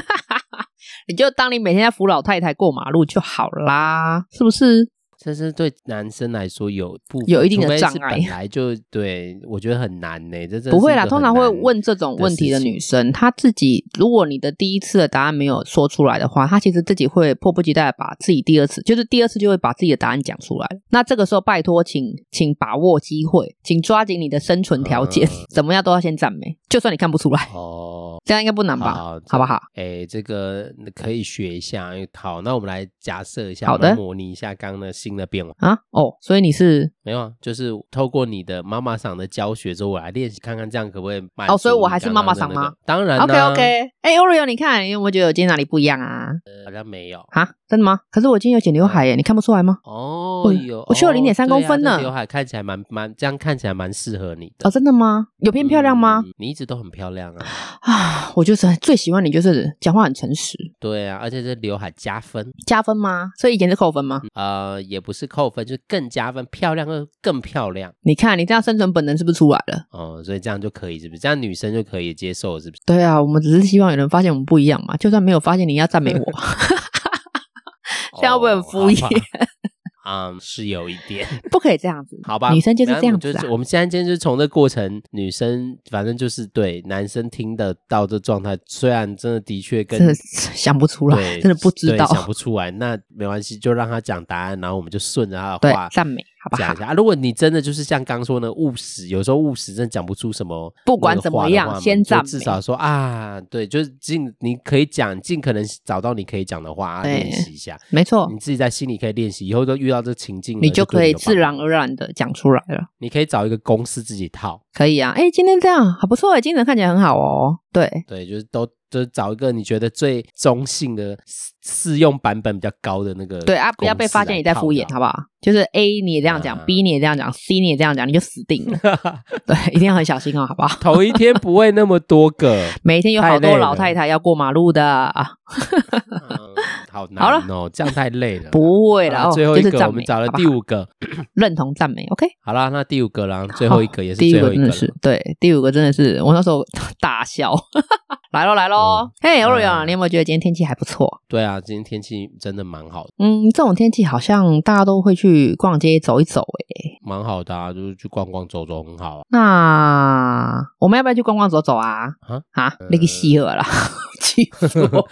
你就当你每天在扶老太太过马路就好啦，是不是？这是对男生来说有部分有一定的除非是障碍 本来就对我觉得很难呢、这真的不会是一啦，个通很常会难问这种问题的女生，她自己，如果你的第一次的答案没有说出来的话，她其实自己会迫不及待地把自己第二次，就是第二次就会把自己的答案讲出来。那这个时候，拜托，请请把握机会，请抓紧你的生存条件，嗯怎么样都要先赞美，就算你看不出来，哦。这样应该不难吧？好好不好？哎，这个可以学一下。好，那我们来假设一下，好的我们模拟一下刚刚的新的变化。啊，哦，所以你是没有啊，就是透过你的妈妈嗓的教学之后，我来练习看看，这样可不可以满足哦所以我你还是刚刚妈妈的桑那个吗？当然啦 OK OK，哎，Oreo，你看，有没有觉得我今天哪里不一样啊？呃好像没有。啊，真的吗？可是我今天有剪刘海耶，你看不出来吗？哦我，有，我去了哦0.3对啊公分这呢刘海看起来蛮蛮，这样看起来蛮适合你的。哦，真的吗？有变漂亮吗？嗯你一直都很漂亮啊。啊，我就是最喜欢你，就是讲话很诚实，对啊，而且这刘海加分，加分吗？所以以前是扣分吗？呃，也不是扣分，就是更加分，漂亮更更漂亮你看你这样生存本能是不是出来了？哦、所以这样就可以是不是？这样女生就可以接受是不是？对啊，我们只是希望有人发现我们不一样嘛，就算没有发现，你要赞美我。这样会不会很敷衍哦好吧 嗯，是有一点，不可以这样子，好吧。女生就是反正这样我子们啊就是。我们现在今天就是从这过程，女生反正就是对男生听得到这状态，虽然真的的确跟真的是想不出来，对真的不知对道。想不出来，那没关系，就让他讲答案，然后我们就顺着他对的话，赞美好不讲好一？下。啊如果你真的就是像刚说呢，务实，有时候务实真的讲不出什么那个话的话嘛，不管怎么样先就赞至美少说啊，对，就是尽你可以讲，尽可能找到你可以讲的话啊对练习一下，没错，你自己在心里可以练习，以后都遇到这情境了，你嗯就就对可以有帮自然助，而然的讲出来了。你可以找一个公式自己套，可以啊，哎，今天这样好不错哎，精神看起来很好哦。对，对，就是都就是找一个你觉得最中性的适适用版本比较高的那个，对啊，不要被发现你在敷衍，好不好？就是 A 你也这样讲、啊 b 你也这样讲，C 你也这样讲，你就死定 了。对，一定要很小心哦，好不好？头一天不会那么多 个，每天有好太累多了老太太要过马路的啊，嗯好好难哦，这样太累了。不会啦，啊哦，最后一个、就是赞我美们找了好不第好五个，认同赞美，OK。好啦，那第五个啦，最后一个也是第最个后一真个的了。是对，第五个真的是我那时候大笑， 来喽来喽！嘿，欧瑞啊，嗯你有没有觉得今天天气还不错？对啊，今天天气真的蛮好的，嗯，这种天气好像大家都会去逛街走一走诶、蛮好的啊，就是去逛逛走走很好啊。那我们要不要去逛逛走走啊？啊啊，那个希尔啦， 气死我！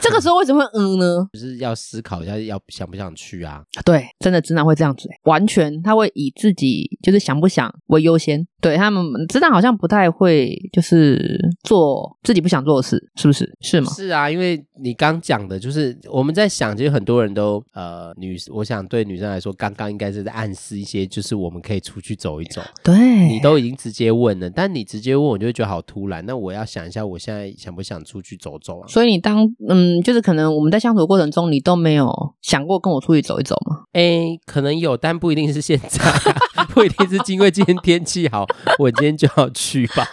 这个时候为什么会嗯呢？就是要思考一下，要想不想去啊？对，真的直男会这样子、欸，完全他会以自己就是想不想为优先。对他们直男好像不太会就是做自己不想做的事，是不是？是吗？是啊，因为你刚讲的，就是我们在想，其实很多人都呃，女，我想对女生来说，刚刚应该是在暗示一些，就是我们可以出去走一走。对，你都已经直接问了，但你直接问，我就会觉得好突然。那我要想一下，我现在想不想出去走走啊？所以你当嗯，就是可能我们在相处的过程中，你都没有想过跟我出去走一走吗？诶，哎可能有，但不一定是现在啊、 不一定是因为今天天气好，我今天就要去吧。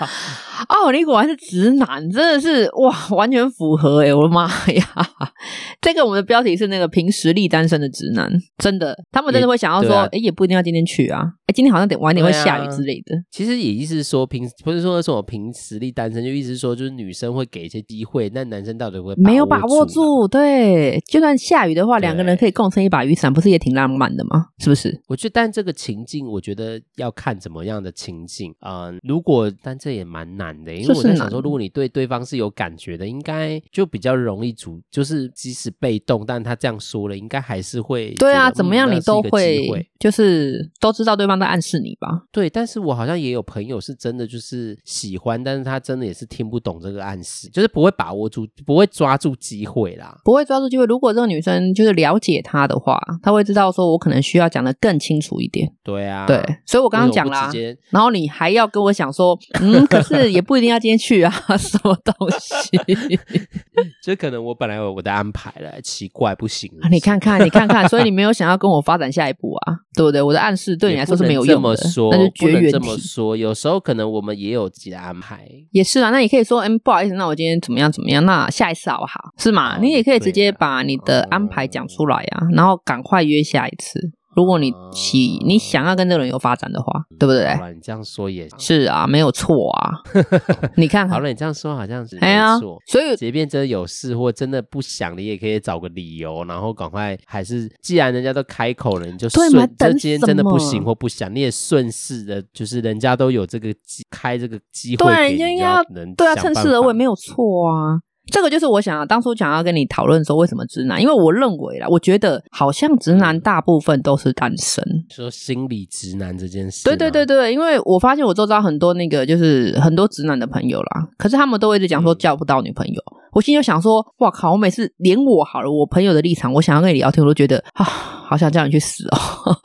哦，你果然是直男，真的是哇，完全符合哎、我的妈呀！ 这个我们的标题是那个凭实力单身的直男，真的，他们真的会想要说，对哎、啊也不一定要今天去啊，哎、今天好像得晚点会对啊下雨之类的，其实也意思是说凭，不是说什么凭实力单身，就意思是说，就是女生会给一些机会，那男生到底会没有把握吗。住。对，就算下雨的话，对两个人可以共撑一把雨伞，不是也挺浪漫的吗？是不是？我觉得，但这个情境，我觉得要看怎么样的情境。嗯、如果但这也蛮难的，因为这我是在想说，难如果你对对方是有感觉的，应该就比较容易主，就是即使被动，但他这样说了，应该还是会对觉啊，得怎嗯么样那你是一都个机会，会就是都知道对方在暗示你吧？对，但是我好像也有朋友是真的就是喜欢，但是他真的也是听不懂这个暗示，就是不会把握住，不会抓住机会啦。不会抓住机会。如果这个女生就是了解他的话，他会知道说我可能需要讲的更清楚一点。对啊，对，所以我我刚刚讲啦直。接然后你还要跟我讲说，嗯，可是也不一定要今天去啊， 什么东西？就可能我本来有我的安排了，奇怪，不行啊你看看，你看看，所以你没有想要跟我发展下一步啊，对不对？我的暗示对你来说是没有用的也不能这么，说，那就绝不能缘这么体。说，有时候可能我们也有自己的安排。也是啊，那也可以说，嗯，不好意思，那我今天怎么样怎么样，那下一次好不好？是哦吗？你也可以直接对啊把你的安排讲出来啊，然后赶快约下一次。如果你喜你想要跟这个人有发展的话，对不对？哦嗯好啊了，你这样说也是啊，没有错啊。 你看好看，了，你这样说好像是哎没呀错，。所以即便真的有事或真的不想，你也可以找个理由，然后赶快还是，既然人家都开口了，你就对顺。嘛这等今天什真的不么行或不想，你也顺势的，就是人家都有这个机开这个机会对啊给你，你就应你该要要能对啊，想趁办势而法为没有错啊。这个就是我想要当初想要跟你讨论说为什么直男，因为我认为啦，我觉得好像直嗯男大部分都是单身。说心理直男这件事吗，对对对对，因为我发现我周遭很多那个就是很多直男的朋友啦，可是他们都会一直讲说嗯交不到女朋友。我心里就想说，哇靠！我每次连我好了，我朋友的立场，我想要跟你聊天，我都觉得啊，好想叫你去死哦。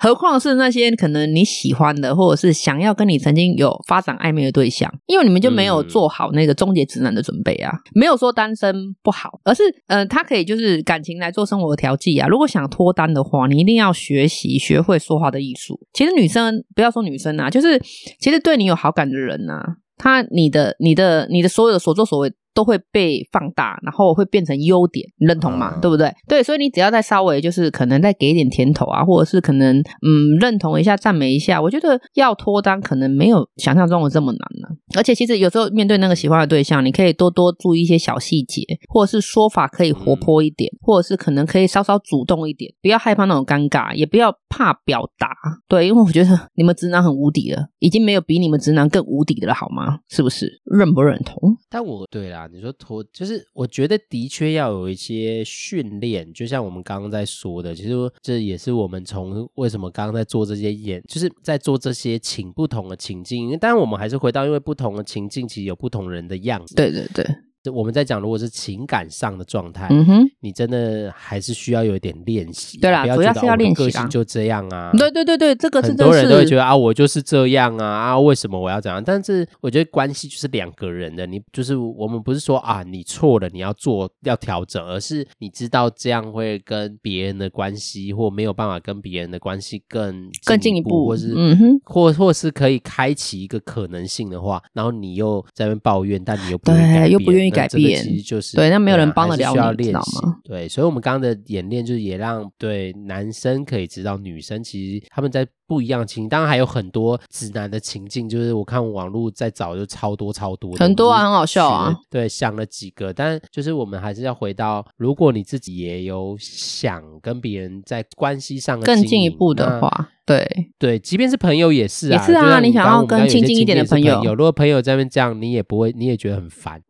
何况是那些可能你喜欢的，或者是想要跟你曾经有发展暧昧的对象，因为你们就没有嗯做好那个终结直男的准备啊。没有说单身不好，而是呃，他可以就是感情来做生活的调剂啊。如果想脱单的话，你一定要学习学会说话的艺术。其实女生不要说女生啊，就是其实对你有好感的人啊，他你的你的你的所有的所作所为都会被放大，然后会变成优点，你认同吗？嗯对不对？对，所以你只要再稍微就是可能再给一点甜头啊，或者是可能嗯认同一下、赞美一下，我觉得要脱单可能没有想象中的这么难啊呢、而且其实有时候面对那个喜欢的对象，你可以多多注意一些小细节，或者是说法可以活泼嗯一点，或者是可能可以稍稍主动一点，不要害怕那种尴尬，也不要怕表达。对，因为我觉得你们直男很无敌了，已经没有比你们直男更无敌的了，好吗？是不是？认不认同？但我对啦，你说脱，就是我觉得的确要有一些训练，就像我们刚刚在说的，其实这也是我们从为什么刚刚在做这些演，就是在做这些情不同的情境，因为当然我们还是回到，因为不同的情境其实有不同人的样子。对对对，对，我们在讲如果是情感上的状态，嗯哼，你真的还是需要有一点练习。对啦不要主要觉得是哦要我的练习个啦性就这样啊。对对对对，这个是很真多人都会觉是。得啊，我就是这样啊啊，为什么我要怎样？但是我觉得关系就是两个人的，你就是我们不是说啊你错了，你要做要调整，而是你知道这样会跟别人的关系或没有办法跟别人的关系更更进进一步或是嗯哼或或是可以开启一个可能性的话，然后你又在那边抱怨，但你又不对愿意改又不变愿意那改这个变其实就是对那没有人啊帮还得是了需要你知练道习吗对，所以我们刚刚的演练就是也让对男生可以知道，女生其实他们在不一样的情境，当然还有很多直男的情境，就是我看网络在找就超多超多的很多啊我们就是很好笑啊学对，想了几个，但就是我们还是要回到，如果你自己也有想跟别人在关系上的更经进一营步的那话，对，对，即便是朋友也是啊，也是啊就像你想刚要我们跟刚有些亲近一点的经验也是朋友如果朋友在那边这样，你也不会，你也觉得很烦。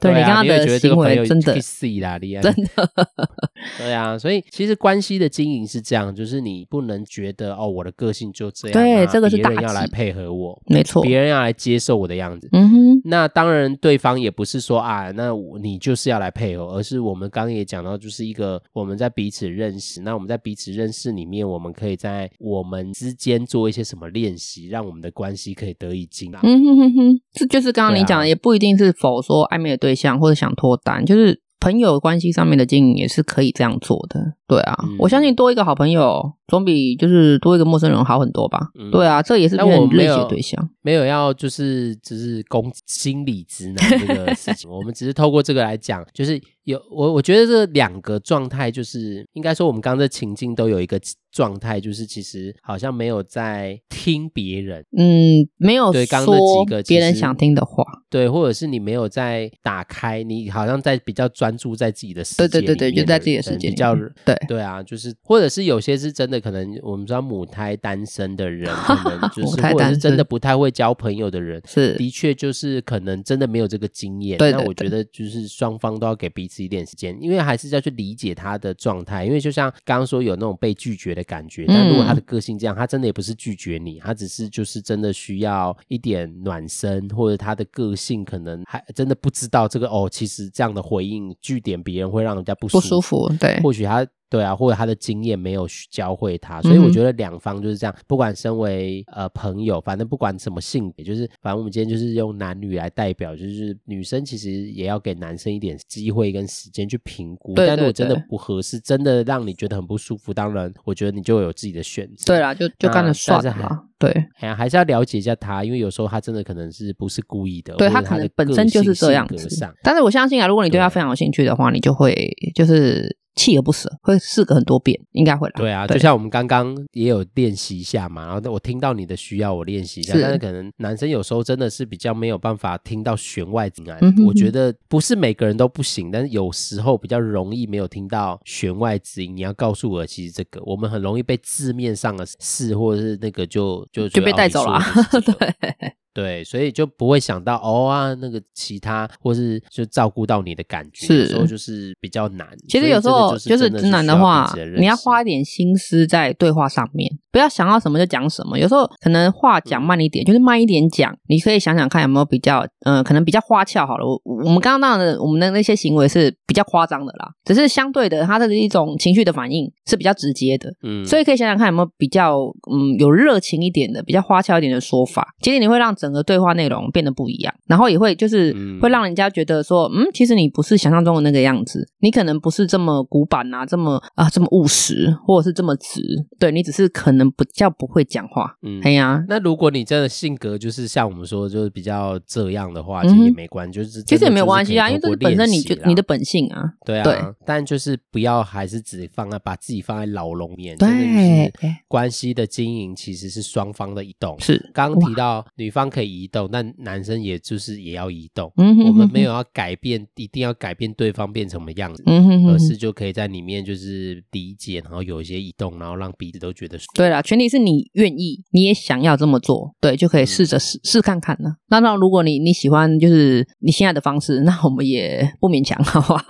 对，对啊你刚刚也觉得的这行个朋友为真的去死啦，你啊真的， 对啊，所以其实关系的经营是这样，就是你不能觉得哦，我的个性就这样啊，对这个是别人大要忌来配合我，没错，别人要来接受我的样子。嗯哼，那当然，对方也不是说啊，那我你就是要来配合，而是我们刚刚也讲到，就是一个我们在彼此认识。那我们在彼此认识里面，我们可以在我们之间做一些什么练习，让我们的关系可以得以经营。嗯哼哼哼，这就是刚刚对你啊讲的，也不一定是否说暧昧的对象或者想脱单，就是朋友关系上面的经营也是可以这样做的。对啊，嗯我相信多一个好朋友总比就是多一个陌生人好很多吧。嗯对啊，这也是但别我人没类型有的对象。没有要就是只是攻心理直男这个事 情，我们只是透过这个来讲，就是有我我觉得这两个状态，就是应该说我们刚刚这情境都有一个状态，就是其实好像没有在听别人。嗯，没有对刚刚那说几个其别人实想听的话。对，或者是你没有在打开，你好像在比较专注在自己的世界对对对对，里面就在自己的可世能界里比较面。对，对啊，就是或者是有些是真的，可能我们知道母胎单身的人，可 能就母是胎或者单是身真的不太会交朋友的人，是的确就是可能真的没有这个经验。对那对我对觉得就是双方都要给彼此一点时间，因为还是要去理解他的状态。因为就像刚刚说有那种被拒绝的感觉，但如果他嗯的个性这样，他真的也不是拒绝你，他只是就是真的需要一点暖身，或者他的个性可能还真的不知道这个哦，其实这样的回应据点别人会让人家不不舒舒服。对，或许他对啊，或者他的经验没有去教会他，所以我嗯哼觉得两方就是这样，不管身为呃朋友，反正不管什么性别，就是反正我们今天就是用男女来代表，就是女生其实也要给男生一点机会跟时间去评估，对但如果对真的对不合适，真的让你觉得很不舒服，当然我觉得你就有自己的选择。对啦，啊就就干那了算啊但了是还啦。对，哎呀，还是要了解一下他，因为有时候他真的可能是不是故意的，对或者他他可能的本个身就性是这性样格子上。但是我相信啊，如果你对他非常有兴趣的话，你就会就是锲而不舍，会试个很多遍，应该会啦。对啊，就像我们刚刚也有练习一下嘛，然后我听到你的需要，我练习一下。是但是可能男生有时候真的是比较没有办法听到弦外之音啊。嗯哼哼我觉得不是每个人都不行，但是有时候比较容易没有听到弦外之音。你要告诉我，其实这个我们很容易被字面上的事或者是那个就就就说被哦带你走说了 的就是这个对，对，所以就不会想到哦啊，那个其他或是就照顾到你的感觉，是有时候就是比较难。其实所以有时真的候就是真的直男需的要话彼此认，你要识花一点心思在对话上面，不要想到什么就讲什么。有时候可能话嗯讲慢一点，就是慢一点讲。你可以想想看有没有比较，嗯、可能比较花俏好了。我我们刚刚那样的我们的那些行为是比较夸张的啦，只是相对的，他的一种情绪的反应是比较直接的。嗯，所以可以想想看有没有比较嗯有热情一点的、比较花俏一点的说法，其实你会让整个对话内容变得不一样，然后也会就是嗯会让人家觉得说，嗯，其实你不是想象中的那个样子，你可能不是这么古板啊，这么啊这么务实，或者是这么直，对你只是可能能不叫不会讲话。嗯哎呀，那如果你真的性格就是像我们说，就是比较这样的话，其嗯哼实也没关系，就是其真实的也没有就是关系啊，可因以为这透是过本身你就练习啦你的本性啊。对啊，对但就是不要还是只放在把自己放在牢笼里面，真的对就是，关系的经营其实是双方的移动。是，刚刚提到女方可以移动，但男生也就是也要移动。嗯哼，我们没有，有要改变，一定要改变对方变成什么样子，嗯哼而哼是哼，就可以在里面就是理解，然后有一些移动，然后让彼此都觉得舒服。对啦，前提是你愿意，你也想要这么做，对，就可以试着试试看看呢。那那如果你你喜欢就是你现在的方式，那我们也不勉强，好不好？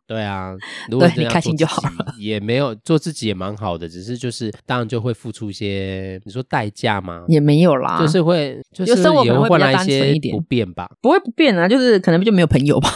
对啊，如果对真的你要开心做就好自 己也没有做自己也蛮好的，只是就是当然就会付出一些，你说代价吗？也啊没有啦，就是会，就是生活可也能会会换比较来单纯些一点不便吧。不会不变啊，就是可能就没有朋友吧。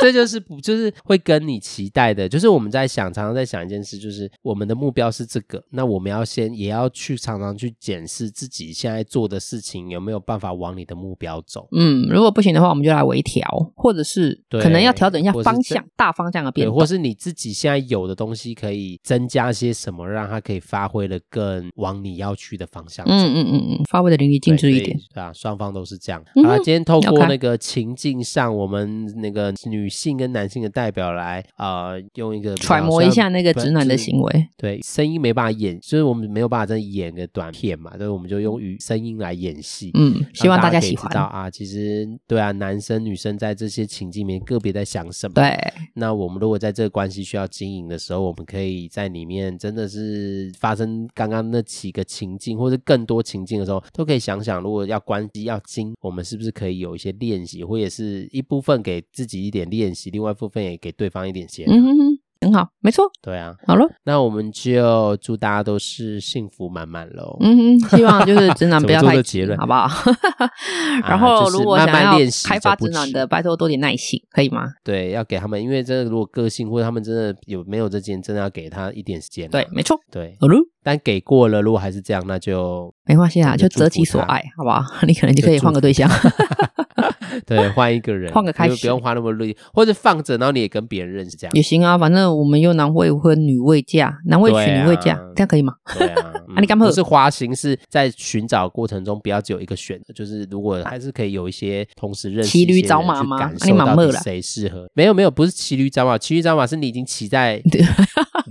这就是不就是会跟你期待的，就是我们在想，常常在想一件事，就是我们的目标是这个，那我们要先也要去常常去检视自己现在做的事情有没有办法往你的目标走。嗯，如果不行的话，我们就来微调，或者是对可能要调整一下或是方这向、大方向的变对，动，或是你自己现在有的东西可以增加些什么，让它可以发挥的更往你要去的方向走。嗯嗯嗯嗯，发挥的淋漓尽致一点。对啊，双方都是这样。嗯哼好了，今天透过 OK 那个情境上，我们那个女性跟男性的代表来啊，呃用一个比较揣摩一下那个直男虽然不的。是行为，对，声音没办法演，就是我们没有办法真的演个短片嘛，所以我们就用语声音来演戏。嗯，希望让大大家可以喜知道欢。啊，其实对啊，男生女生在这些情境里面个别在想什么。对，那我们如果在这个关系需要经营的时候，我们可以在里面真的是发生刚刚那几个情境，或者更多情境的时候，都可以想想，如果要关系要经，我们是不是可以有一些练习，或者是一部分给自己一点练习，另外一部分也给对方一点协调。嗯哼哼，很好，没错。对啊，好了，那我们就祝大家都是幸福满满喽。嗯哼，希望就是直男怎么不要做太这急结论啊好不 好？然后就是如果慢想慢要练习开走发不直男迟啊的，拜托多点耐心，可以吗？对，要给他们，因为真的如果个性或者他们真的有没有这件，真的要给他一点时间啊。对，没错。对，好了，但给过了，如果还是这样，那就没关系啊，我就就祝择福其所他爱，好不 好？你可能就可以就换 个对象。对，换一个人，换个开就始不用花那么力，或者放着，然后你也跟别人认识这样 也。行啊，反正我们又男未婚女未嫁，男未娶对啊女未嫁，这样可以吗？对 啊，嗯啊你干嘛不是花心，是在寻找过程中不要只有一个选择，就是如果还是可以有一些同时认识骑一些驴人找马去吗感啊你受蛮到猛底啦谁适合。没有没有，不是骑驴找马，骑驴找马是你已经骑在对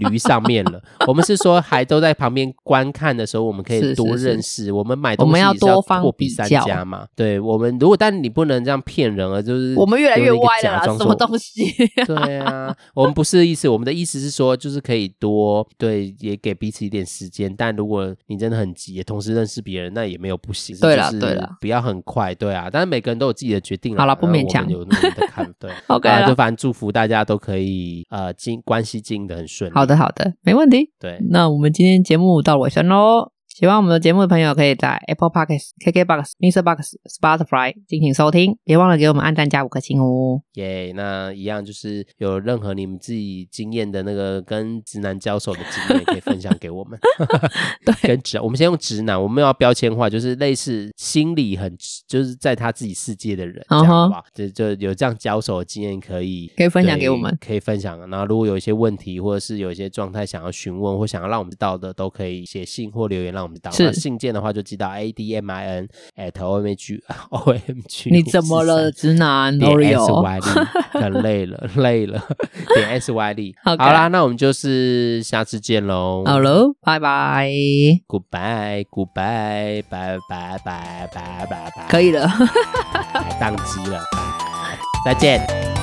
驴上面 了。我们是说还都在旁边观看的时候，我们可是是以多是认识。我们买我东西们也要是要多方货比比三较家嘛。对我们，如果但你不能这样骗人啊，就是我们越来越用一个歪了假啦，装什么说东西？对啊，我们不是意思，我们的意思是说，就是可以多对，也给彼此一点时间。但如果你真的很急，也同时认识别人，那也没有不行。对啦就是对啦不要很快，对啊。但是每个人都有自己的决定啦好啦不那勉我们强有那的看，对 OK 啊啦就反正祝福大家都可以呃经关系经营的很顺利。 好的，，好的，没问题。对，那我们今天节目到尾声喽。喜欢我们的节目的朋友，可以在 Apple Podcast、KKBox、Mr. Box、Spotify 进行收听，别忘了给我们按赞加五颗星哦。耶、那一样就是有任何你们自己经验的那个跟直男交手的经验，可以分享给 我们。 对跟直，我们先用直男，我们没有要标签化，就是类似心里很就是在他自己世界的人，这嗯哼样好不好？就就有这样交手的经验可以可以分享对给我们可以分享。啊然后如果有一些问题或者是有一些状态想要询问或想要让我们知道的，都可以写信或留言让我们知道。是那信件的话就寄到 a d m i n at o m g o m g。你怎么了，直男点 S Oreo？ Y 力，很累了， 累了，点 S Y 力。好 OK 啦，那我们就是下次见喽。好喽，拜拜， ，Goodbye，Goodbye，拜拜拜拜拜拜，可以了。拜，宕机了，拜，再见。